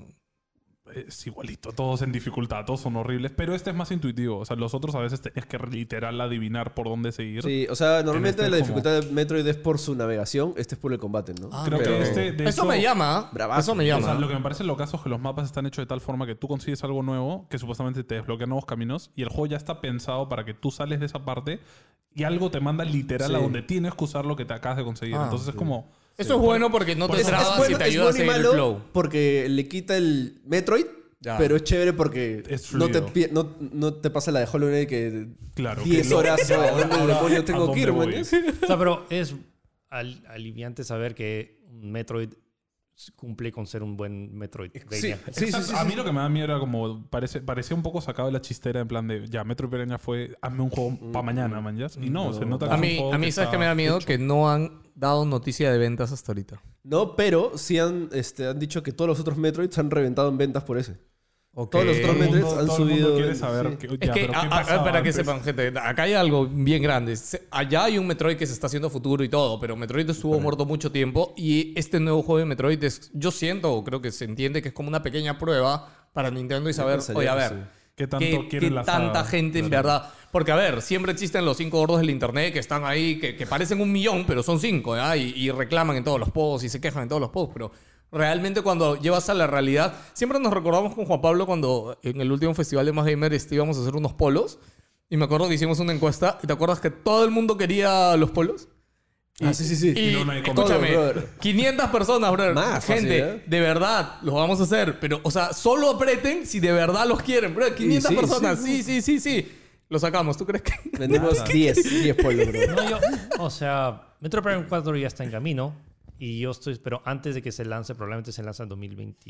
Speaker 4: Es igualito, todos en dificultad, todos son horribles. Pero este es más intuitivo. O sea, los otros a veces tenías que literal adivinar por dónde seguir.
Speaker 3: Sí, o sea, normalmente
Speaker 4: este
Speaker 3: la
Speaker 4: es
Speaker 3: dificultad de Metroid es por su navegación, este es por el combate, ¿no?
Speaker 2: Ah,
Speaker 4: Creo
Speaker 3: pero-
Speaker 4: que este. de
Speaker 2: Eso
Speaker 4: hecho,
Speaker 2: me llama. ¿eh?
Speaker 3: Bravazo.
Speaker 2: Eso me
Speaker 4: O sea,
Speaker 2: llama.
Speaker 4: lo que me parece lo caso es que los mapas están hechos de tal forma que tú consigues algo nuevo, que supuestamente te desbloquea nuevos caminos, y el juego ya está pensado para que tú sales de esa parte y algo te manda literal a donde tienes que usar lo que te acabas de conseguir.
Speaker 2: Ah,
Speaker 4: Entonces es como.
Speaker 2: Eso es bueno porque no te
Speaker 3: Es- es
Speaker 2: trabas
Speaker 3: bueno-
Speaker 2: y te
Speaker 3: es
Speaker 2: ayuda a
Speaker 3: bueno y
Speaker 2: seguir el
Speaker 3: malo
Speaker 2: flow.
Speaker 3: Porque le quita el Metroid,
Speaker 2: Ya.
Speaker 3: pero es chévere porque
Speaker 4: Es
Speaker 3: no te,
Speaker 4: fluido.
Speaker 3: pi- no, no te pasa la de Hollow Knight que
Speaker 4: Claro,
Speaker 3: 10
Speaker 4: que no.
Speaker 3: horas a dónde demonio
Speaker 4: ¿a
Speaker 3: tengo
Speaker 4: dónde
Speaker 3: que ir,
Speaker 4: voy?
Speaker 3: man?
Speaker 1: O sea, pero es al- aliviante saber que un Metroid cumple con ser un buen Metroid.
Speaker 4: Exacto. a mí lo que me da miedo era como parece, parecía un poco sacado de la chistera en plan de ya Metro Pereña fue hazme un juego para mañana man, ya. y no, se nota que
Speaker 2: A
Speaker 4: es un
Speaker 2: mí,
Speaker 4: juego
Speaker 2: a mí
Speaker 4: que
Speaker 2: ¿sabes
Speaker 4: está
Speaker 2: que me da miedo? Que no han dado noticia de ventas hasta ahorita.
Speaker 3: No, pero sí han, este, han dicho que todos los otros Metroids se han reventado en ventas por ese. Todos los
Speaker 4: todo
Speaker 3: otros
Speaker 4: el mundo-
Speaker 3: Metroids han
Speaker 4: todo el mundo
Speaker 3: subido.
Speaker 4: quiere
Speaker 3: el-
Speaker 4: saber
Speaker 3: sí.
Speaker 4: que,
Speaker 2: Es
Speaker 4: ya,
Speaker 2: que,
Speaker 4: pero
Speaker 2: a-
Speaker 4: ¿qué
Speaker 2: a-
Speaker 4: pasaba
Speaker 2: para que
Speaker 4: antes?
Speaker 2: sepan, gente, acá hay algo bien grande. Se- Allá hay un Metroid que se está haciendo futuro y todo, pero Metroid estuvo muerto mucho tiempo y este nuevo juego de Metroid, es- yo siento, o creo que se entiende que es como una pequeña prueba para Nintendo y saber,
Speaker 3: pensaría
Speaker 2: oye, a
Speaker 3: que
Speaker 2: ver,
Speaker 3: sí.
Speaker 4: ¿Qué tanto
Speaker 2: qué-
Speaker 4: quieren
Speaker 2: qué
Speaker 4: la saga?
Speaker 2: tanta gente en verdad? Porque, a ver, siempre existen los cinco gordos del Internet que están ahí, que, que parecen un millón, pero son cinco, ¿ya? Y, y reclaman en todos los posts y se quejan en todos los posts, pero... Realmente cuando llevas a la realidad, siempre nos recordamos con Juan Pablo cuando en el último festival de Más Gamer este, íbamos a hacer unos polos y me acuerdo que hicimos una encuesta. ¿Y te acuerdas que todo el mundo quería los polos?
Speaker 3: Ah, sí, sí, sí.
Speaker 2: Y,
Speaker 4: no, nadie compró.
Speaker 2: escúchame,
Speaker 3: Todo, brother.
Speaker 2: 500 personas, brother.
Speaker 3: Más,
Speaker 2: Gente,
Speaker 3: fácil, ¿eh?
Speaker 2: de verdad, los vamos a hacer. Pero, o sea, solo aprieten si de verdad los quieren, brother. 500
Speaker 3: sí,
Speaker 2: personas. Sí, sí, sí, sí. Los sacamos. ¿Tú crees que...?
Speaker 3: Vendimos 10, 10 polos, bro.
Speaker 1: No, yo- o sea, Metro Prime 4 ya está en camino. Y yo estoy, pero antes de que se lance, probablemente se lanza en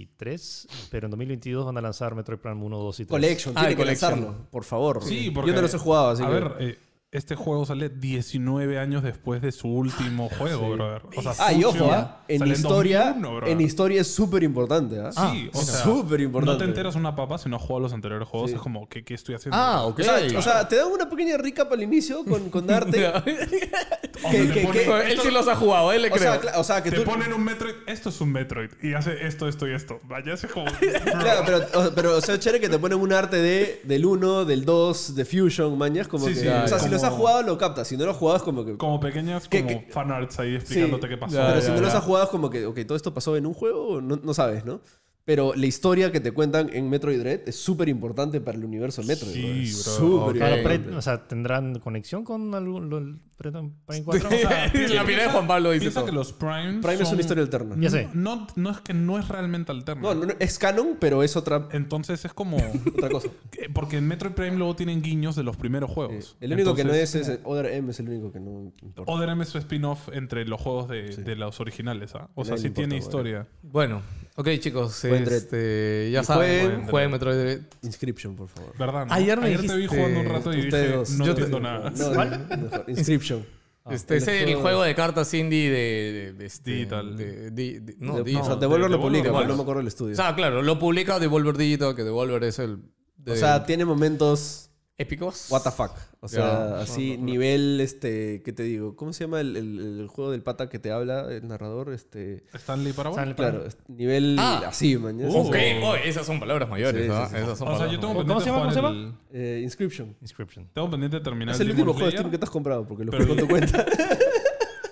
Speaker 1: 2023. Pero en 2022 van a lanzar Metro Prime 1, 2 y 3.
Speaker 3: Collection,
Speaker 2: Ah,
Speaker 3: tiene
Speaker 2: el
Speaker 3: que
Speaker 2: Collection.
Speaker 3: lanzarlo, por favor.
Speaker 4: Sí, porque,
Speaker 3: Yo no los he jugado, así
Speaker 4: A
Speaker 3: que.
Speaker 4: ver, eh, este juego sale 19 años después de su último juego, brother. O sea,
Speaker 3: ah, y
Speaker 4: Fusion
Speaker 3: ojo, ¿ah?
Speaker 4: sale
Speaker 3: en historia,
Speaker 4: 2001, brother.
Speaker 3: en historia es súper importante, ¿ah?
Speaker 4: Sí, o sea,
Speaker 3: súper
Speaker 4: No
Speaker 3: importante.
Speaker 4: te enteras una papa si no has jugado los anteriores juegos. Es como, ¿qué, qué estoy haciendo?
Speaker 2: Ah, ok.
Speaker 3: O sea, o sea, te dan una pequeña recap al inicio con, con darte.
Speaker 4: O sea,
Speaker 3: que-
Speaker 4: te
Speaker 3: que-
Speaker 4: ponen-
Speaker 3: que-
Speaker 2: él sí los ha jugado, él le
Speaker 3: o,
Speaker 2: creo.
Speaker 3: sea, cla- o sea, que
Speaker 4: te
Speaker 3: tú.
Speaker 4: ponen un Metroid. Esto es un Metroid. Y hace esto, esto y esto. Vaya, es como...
Speaker 3: Claro, pero, o, pero o sea, chévere que te ponen un arte de, del 1, del 2, de Fusion, mañas, como
Speaker 4: Sí,
Speaker 3: que.
Speaker 4: sí,
Speaker 3: o sea, si
Speaker 4: como-
Speaker 3: los has jugado, lo captas. Si no los has jugado, es como que.
Speaker 4: como pequeñas
Speaker 3: Que-
Speaker 4: como
Speaker 3: que-
Speaker 4: fanarts ahí explicándote
Speaker 3: Sí,
Speaker 4: qué pasó.
Speaker 3: pero
Speaker 4: Ya,
Speaker 3: si
Speaker 4: ya,
Speaker 3: no los
Speaker 4: ya.
Speaker 3: has jugado, es como que, ok, todo esto pasó en un juego, no, no sabes, ¿no? Pero la historia que te cuentan en Metroid Dread es súper importante para el universo de Metroid.
Speaker 4: Sí,
Speaker 3: brother.
Speaker 4: brother.
Speaker 3: Súper
Speaker 1: Ahora,
Speaker 3: importante.
Speaker 1: pre- o sea, ¿tendrán conexión con algún- lo- el Metro Prime 4? O sea,
Speaker 2: la mirada de Juan Pablo dice
Speaker 4: Piensa
Speaker 2: todo.
Speaker 4: que los Prime
Speaker 3: Prime es una historia alterna.
Speaker 1: ya sé.
Speaker 4: No, no es que no es realmente
Speaker 3: No,
Speaker 4: alterno.
Speaker 3: no, no, es canon, pero es otra,
Speaker 4: Entonces es como...
Speaker 3: otra cosa. Eh,
Speaker 4: que- porque en Metroid Prime luego tienen guiños de los primeros juegos.
Speaker 3: El único que no
Speaker 4: Entonces, eh,
Speaker 3: es es el Other M, es el único que no importa.
Speaker 4: Other M es su spin-off entre los juegos de, de los originales, ¿ah? O sea,
Speaker 3: Nadie
Speaker 4: sí
Speaker 3: le
Speaker 4: tiene
Speaker 3: importa,
Speaker 4: historia.
Speaker 2: Bueno, ok, chicos.
Speaker 3: Buen dread.
Speaker 2: Este, ya
Speaker 3: Y
Speaker 2: saben,
Speaker 3: jueguen-
Speaker 2: jueguen, jueguen Metroid Dread.
Speaker 3: Inscription, por favor.
Speaker 4: ¿Verdad? no?
Speaker 2: Ayer me
Speaker 4: te vi
Speaker 2: dijiste-
Speaker 4: jugando un rato y dije,
Speaker 3: Ustedes dos.
Speaker 4: no
Speaker 3: Yo te-
Speaker 4: entiendo nada.
Speaker 3: No, no, mejor. Inscription. Ah,
Speaker 2: Este, es el juego de cartas indie de... de, de este,
Speaker 4: Digital.
Speaker 2: de- de- de- no,
Speaker 3: De-
Speaker 2: digital.
Speaker 3: o sea, Devolver
Speaker 4: de-
Speaker 3: lo publica,
Speaker 4: Devolver.
Speaker 3: pero no me acuerdo el
Speaker 2: O
Speaker 3: estudio.
Speaker 2: sea, claro, lo publica Devolver Digital, que Devolver es el... de-
Speaker 3: o sea, tiene momentos
Speaker 2: épicos.
Speaker 3: what the fuck. O sea,
Speaker 2: Ya.
Speaker 3: así nivel, este, ¿qué te digo? ¿Cómo se llama el, el- el juego del pata que te habla, el narrador? Este,
Speaker 4: Stanley para
Speaker 1: Stanley
Speaker 3: claro, es- nivel
Speaker 2: Ah.
Speaker 3: así, mañana.
Speaker 2: Ok, oh, esas son palabras mayores,
Speaker 3: Sí,
Speaker 2: ¿ah?
Speaker 3: sí, sí.
Speaker 2: Esas son
Speaker 4: O sea,
Speaker 2: palabras
Speaker 4: yo tengo
Speaker 2: mayores.
Speaker 4: pendiente
Speaker 1: ¿Cómo se llama?
Speaker 4: jugar
Speaker 1: ¿Cómo se
Speaker 4: el-
Speaker 3: Eh, inscription.
Speaker 1: Inscription.
Speaker 4: Tengo pendiente de terminar
Speaker 3: Es el
Speaker 4: Demon
Speaker 3: último juego de
Speaker 4: Slayer.
Speaker 3: Steam que te has comprado, porque lo
Speaker 4: Pero-
Speaker 3: jugué con tu cuenta.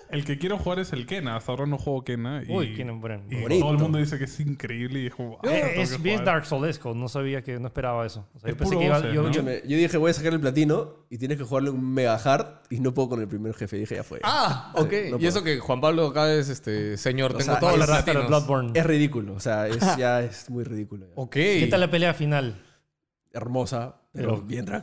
Speaker 4: el que quiero jugar es el Kena. Hasta ahora no juego Kena. Y,
Speaker 1: Uy, Kenan Bren.
Speaker 4: y
Speaker 3: Bonito.
Speaker 4: todo el mundo dice que es increíble y es como... ah, tengo
Speaker 1: Eh, Es
Speaker 4: que
Speaker 1: bien
Speaker 4: jugar.
Speaker 1: Dark Soulesco, no sabía que, no esperaba eso. O sea,
Speaker 4: Es
Speaker 1: yo pensé
Speaker 4: puro
Speaker 1: que iba,
Speaker 4: bosses,
Speaker 1: yo-
Speaker 4: ¿no?
Speaker 1: yo-
Speaker 3: Escúchame, yo dije voy a sacar el platino y tienes que jugarle un mega hard y no puedo con el primer jefe. Dije, ya fue.
Speaker 2: Ah,
Speaker 3: Sí,
Speaker 2: ok.
Speaker 3: no
Speaker 2: y eso que Juan Pablo acá es este señor, tengo
Speaker 3: sea,
Speaker 2: todos
Speaker 3: es
Speaker 2: los
Speaker 1: Master of
Speaker 2: platinos.
Speaker 1: Bloodborne.
Speaker 3: Es ridículo, o sea, es, ya es muy ridículo. ya.
Speaker 2: Ok.
Speaker 1: ¿Qué tal la pelea final?
Speaker 3: Hermosa, pero,
Speaker 1: Pero-
Speaker 3: bien drag.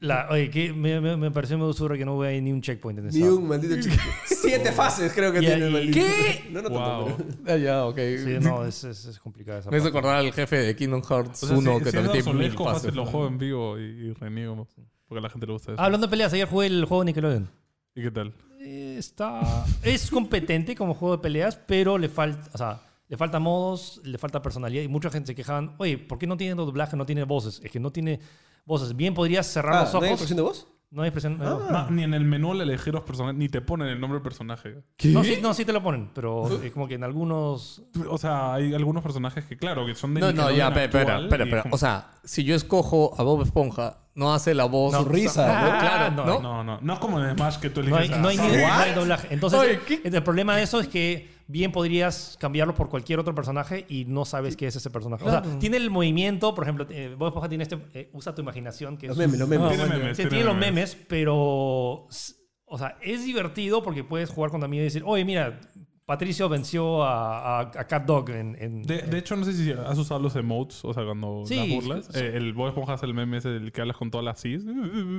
Speaker 1: La, oye, que me, me, me pareció muy usura que no hubo ahí ni un checkpoint en esa.
Speaker 3: Ni un maldito chico. Siete fases creo que
Speaker 1: Y-
Speaker 3: tiene el
Speaker 1: y-
Speaker 3: maldito.
Speaker 2: ¿Qué?
Speaker 3: No, no tanto,
Speaker 4: Wow.
Speaker 3: pero-
Speaker 2: Ah, ya, ok.
Speaker 1: Sí, no, es, es, es complicada esa
Speaker 2: Me hizo
Speaker 1: parte.
Speaker 2: acordar al jefe de Kingdom Hearts
Speaker 4: O sea,
Speaker 2: 1
Speaker 4: si-
Speaker 2: que
Speaker 4: si es
Speaker 2: también tiene mil
Speaker 4: obsolesco,
Speaker 2: fases.
Speaker 4: fácil, lo juego en vivo y, y reniego. Porque a la gente le gusta eso.
Speaker 1: Ah, hablando de peleas, ayer jugué el juego de Nickelodeon.
Speaker 4: ¿Y qué tal?
Speaker 1: Eh, Está. Es competente como juego de peleas, pero le falta. O sea, le falta modos, le falta personalidad. Y mucha gente se quejaban, oye, ¿por qué no tiene doblaje, no tiene voces? Es que no tiene voces. Bien podrías cerrar
Speaker 3: Ah,
Speaker 1: los
Speaker 3: ¿no hay
Speaker 1: ojos.
Speaker 3: expresión de voz? Ah,
Speaker 1: No hay expresión. no.
Speaker 4: Ma- ni en el menú le elegí los personajes, ni te ponen el nombre del personaje.
Speaker 1: No, sí, no, sí te lo ponen, pero es como que en algunos.
Speaker 4: O sea, hay algunos personajes que, claro, que son de
Speaker 2: No, no,
Speaker 4: Nickelodeon
Speaker 2: ya, espera, espera,
Speaker 4: actual
Speaker 2: espera,
Speaker 4: y
Speaker 2: espera.
Speaker 4: como-
Speaker 2: O sea, si yo escojo a Bob Esponja, no hace la voz.
Speaker 1: No.
Speaker 3: Su risa.
Speaker 1: Ah,
Speaker 3: ¿no?
Speaker 2: claro, ¿no?
Speaker 4: No, no, no es como en Smash que tú
Speaker 1: No hay,
Speaker 4: eliges. a-
Speaker 1: no hay ni- no hay doblaje. Entonces,
Speaker 2: Oye, ¿qué?
Speaker 1: el problema de eso es que bien podrías cambiarlo por cualquier otro personaje y no sabes qué es ese personaje. O sea, tiene el movimiento, por ejemplo, eh, Bob Esponja tiene este. eh, usa tu imaginación. Que
Speaker 3: Los
Speaker 1: es-
Speaker 3: memes, los memes.
Speaker 4: Tiene
Speaker 1: bueno,
Speaker 4: memes,
Speaker 1: sí,
Speaker 4: tiene
Speaker 1: tiene los
Speaker 4: memes.
Speaker 1: memes, pero. s- O sea, es divertido porque puedes jugar con tu amigo y decir, oye, mira, Patricio venció a, a, a Cat Dog en. en-
Speaker 4: De, de hecho, no sé si has usado los emotes, o sea, cuando
Speaker 1: Sí,
Speaker 4: las burlas.
Speaker 1: sí.
Speaker 4: Eh, el Bob Esponja hace el meme ese del que hablas con todas las cis,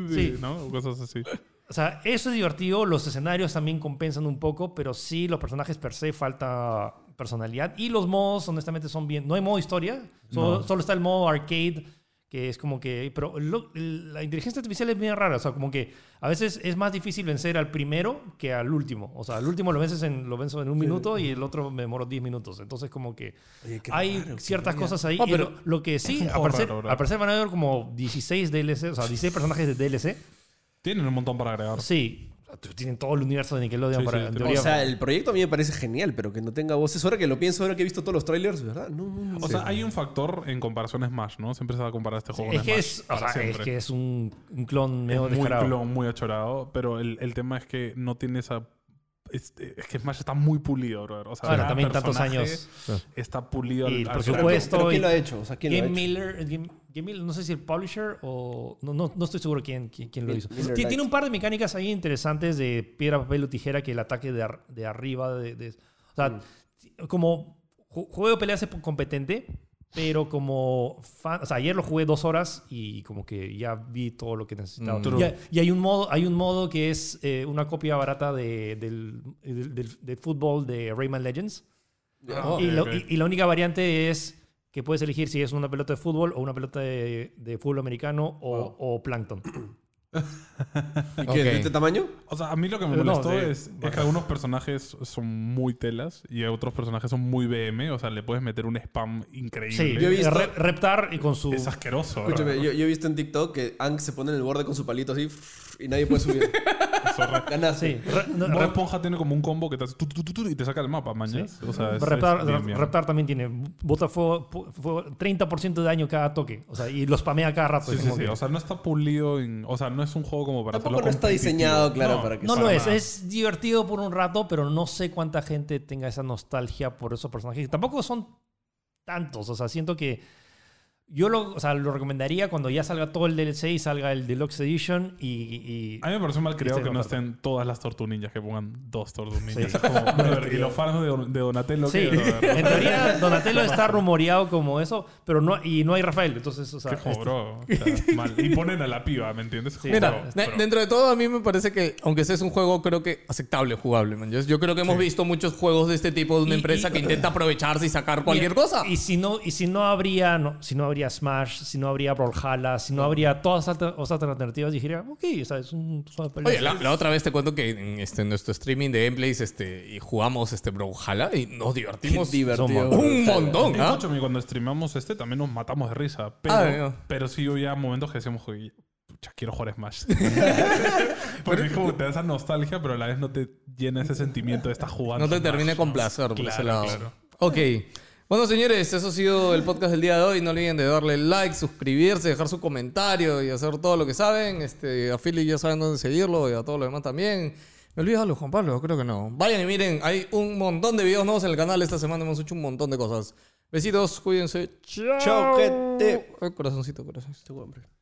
Speaker 1: Sí.
Speaker 4: ¿no? O cosas así.
Speaker 1: o sea, eso es divertido. Los escenarios también compensan un poco, pero sí, los personajes per se falta personalidad. Y los modos, honestamente, son bien. No hay modo historia, solo, solo está el modo arcade. Que es como que. Pero lo- la inteligencia artificial es bien rara. O sea, como que a veces es más difícil vencer al primero que al último. O sea, al último lo vences en, lo venzo en un minuto y el otro me demoro 10 minutos. Entonces, como que. hay ciertas cosas ahí.
Speaker 2: Ah,
Speaker 1: Y
Speaker 2: pero-
Speaker 1: lo, lo que sí,
Speaker 4: un
Speaker 1: al
Speaker 4: juego
Speaker 1: parecer,
Speaker 4: raro, bro.
Speaker 1: al parecer van a haber como 16 DLC, o sea, 16 personajes de DLC.
Speaker 4: Tienen un montón para agregar.
Speaker 1: Sí, tienen todo el universo de Nickelodeon
Speaker 4: Sí,
Speaker 1: para,
Speaker 4: sí,
Speaker 1: en
Speaker 4: sí.
Speaker 1: teoría.
Speaker 3: O sea, el proyecto a mí me parece genial, pero que no tenga voces. Ahora que lo pienso, ahora que he visto todos los trailers, ¿verdad? No, no, no.
Speaker 4: O sea, hay un factor en comparación a Smash, ¿no? Siempre se va a comparar este juego
Speaker 1: es,
Speaker 4: con
Speaker 1: que
Speaker 4: Smash.
Speaker 1: es, o
Speaker 4: para
Speaker 1: sea, es
Speaker 4: siempre.
Speaker 1: que es un, un clon medio
Speaker 4: muy
Speaker 1: descarado.
Speaker 4: clon, muy achorado. Pero el, el tema es que no tiene esa. Es, es que Smash está muy pulido, brother. O sea,
Speaker 1: Ahora,
Speaker 4: cada
Speaker 1: también tantos
Speaker 4: personaje Ah.
Speaker 1: años.
Speaker 4: Está pulido.
Speaker 1: Y,
Speaker 4: al-
Speaker 1: por
Speaker 4: al-
Speaker 3: Pero-
Speaker 1: supuesto,
Speaker 3: pero ¿quién
Speaker 1: y-
Speaker 3: lo ha hecho? O sea, ¿quién
Speaker 1: Game
Speaker 3: lo ha hecho?
Speaker 1: Miller, eh, Game, Game Miller, no sé si el publisher o. No, no, no estoy seguro quién, quién, quién lo
Speaker 3: Mil-
Speaker 1: hizo.
Speaker 3: Miller
Speaker 1: Ti-
Speaker 3: Lite.
Speaker 1: tiene un par de mecánicas ahí interesantes de piedra, papel o tijera que el ataque de, ar- de arriba. De, de- o
Speaker 3: Mm.
Speaker 1: sea, ti- como ju- juego de peleas es competente, pero como fan. O sea, ayer lo jugué dos horas y como que ya vi todo lo que necesitaba.
Speaker 2: Mm.
Speaker 1: Y, ha- y hay, un modo, hay un modo que es eh, una copia barata de- del, del- del- del fútbol de Rayman Legends.
Speaker 4: Ah,
Speaker 1: Y,
Speaker 4: ok,
Speaker 1: lo-
Speaker 4: ok.
Speaker 1: y- y la única variante es que puedes elegir si es una pelota de fútbol o una pelota de, de fútbol americano o, o plancton.
Speaker 3: ¿Y qué? ¿De
Speaker 2: Ok.
Speaker 3: este tamaño?
Speaker 4: O sea, a mí lo que me
Speaker 1: No,
Speaker 4: molestó
Speaker 1: sí.
Speaker 4: es, es que algunos personajes son muy telas y otros personajes son muy BM. O sea, le puedes meter un spam increíble.
Speaker 1: Sí,
Speaker 3: Yo he visto-
Speaker 1: re- reptar y con su...
Speaker 4: Es asqueroso.
Speaker 3: Escúchame,
Speaker 4: ¿verdad?
Speaker 3: yo, yo he visto en TikTok que Ang se pone en el borde con su palito así y nadie puede subir. Ganaste.
Speaker 1: Sí, re- no,
Speaker 4: Bob
Speaker 1: re-
Speaker 4: Esponja tiene como un combo que te hace tu, tu, tu, tu, tu, y te saca el mapa, mañas. O sea, es-
Speaker 1: reptar,
Speaker 4: es bien, bien.
Speaker 1: reptar también tiene. Bota fuego, pu- fuego, 30% de daño cada toque. O sea, y los spamea cada rato.
Speaker 4: Sí,
Speaker 1: es
Speaker 4: sí,
Speaker 1: como
Speaker 4: sí.
Speaker 1: que-
Speaker 4: O sea, no está pulido. en- o sea, no es un juego como para
Speaker 3: Tampoco
Speaker 4: hacerlo
Speaker 3: no está
Speaker 4: competitivo.
Speaker 3: diseñado, claro, para que
Speaker 1: no
Speaker 3: sea
Speaker 1: lo
Speaker 4: para
Speaker 1: es.
Speaker 4: nada.
Speaker 1: Es divertido por un rato, pero no sé cuánta gente tenga esa nostalgia por esos personajes. Tampoco son tantos. O sea, siento que yo lo, o sea, lo recomendaría cuando ya salga todo el DLC y salga el Deluxe Edition y... y-
Speaker 4: A mí me parece mal
Speaker 1: Este
Speaker 4: creado que
Speaker 1: no
Speaker 4: no
Speaker 1: falta.
Speaker 4: estén todas las Tortu Ninjas, que pongan dos Tortu Ninjas.
Speaker 1: Sí.
Speaker 4: Es como, brother, y los fans de, Don- de Donatello,
Speaker 1: Sí,
Speaker 4: ¿qué, brother?
Speaker 1: en teoría Donatello está rumoreado como eso, pero no, y no hay Rafael, entonces, o sea,
Speaker 4: Qué como,
Speaker 1: este-
Speaker 4: bro. O sea, mal. Y ponen a la piba, ¿me entiendes? Como,
Speaker 2: Mira,
Speaker 4: bro,
Speaker 2: de-
Speaker 4: bro.
Speaker 2: dentro de todo a mí me parece que, aunque sea es un juego, creo que aceptable, jugable. Man. Yo, yo creo que hemos visto muchos juegos de este tipo de una
Speaker 1: Y-
Speaker 2: empresa
Speaker 1: y-
Speaker 2: que intenta aprovecharse y sacar cualquier
Speaker 1: Mira,
Speaker 2: cosa.
Speaker 1: Y si no, y si no habría, no, si no habría Smash, si no habría Brawlhalla, si no habría todas las alter- otras alternativas, diría, ok, o sea, es un juego de peleas.
Speaker 2: Oye, la, la otra vez te cuento que en este, en nuestro streaming de gameplays este, y jugamos este Brawlhalla y nos divertimos
Speaker 3: divertido.
Speaker 2: un montón. ¿ah?
Speaker 4: Escúchame, cuando streamamos este también nos matamos de risa. Pero,
Speaker 2: Ah, ya.
Speaker 4: pero sí había momentos que decíamos, "Oye, pucha, quiero jugar Smash. Porque es como que te da esa nostalgia, pero a la vez no te llena ese sentimiento de estar jugando.
Speaker 2: No te
Speaker 4: Smash,
Speaker 2: termine
Speaker 4: ¿no?
Speaker 2: con placer por ese
Speaker 4: Claro,
Speaker 2: lado.
Speaker 4: claro.
Speaker 2: Ok. Bueno, señores, eso ha sido el podcast del día de hoy. No olviden de darle like, suscribirse, dejar su comentario y hacer todo lo que saben. Este, a Philly ya saben dónde seguirlo y a todo lo demás también. Me olvidas algo, Juan Pablo, creo que no. Vayan y miren, hay un montón de videos nuevos en el canal. Esta semana hemos hecho un montón de cosas. Besitos, cuídense. Chao.
Speaker 5: Chao, gente.
Speaker 2: Ay, corazoncito, corazoncito.
Speaker 5: Este weón, hombre.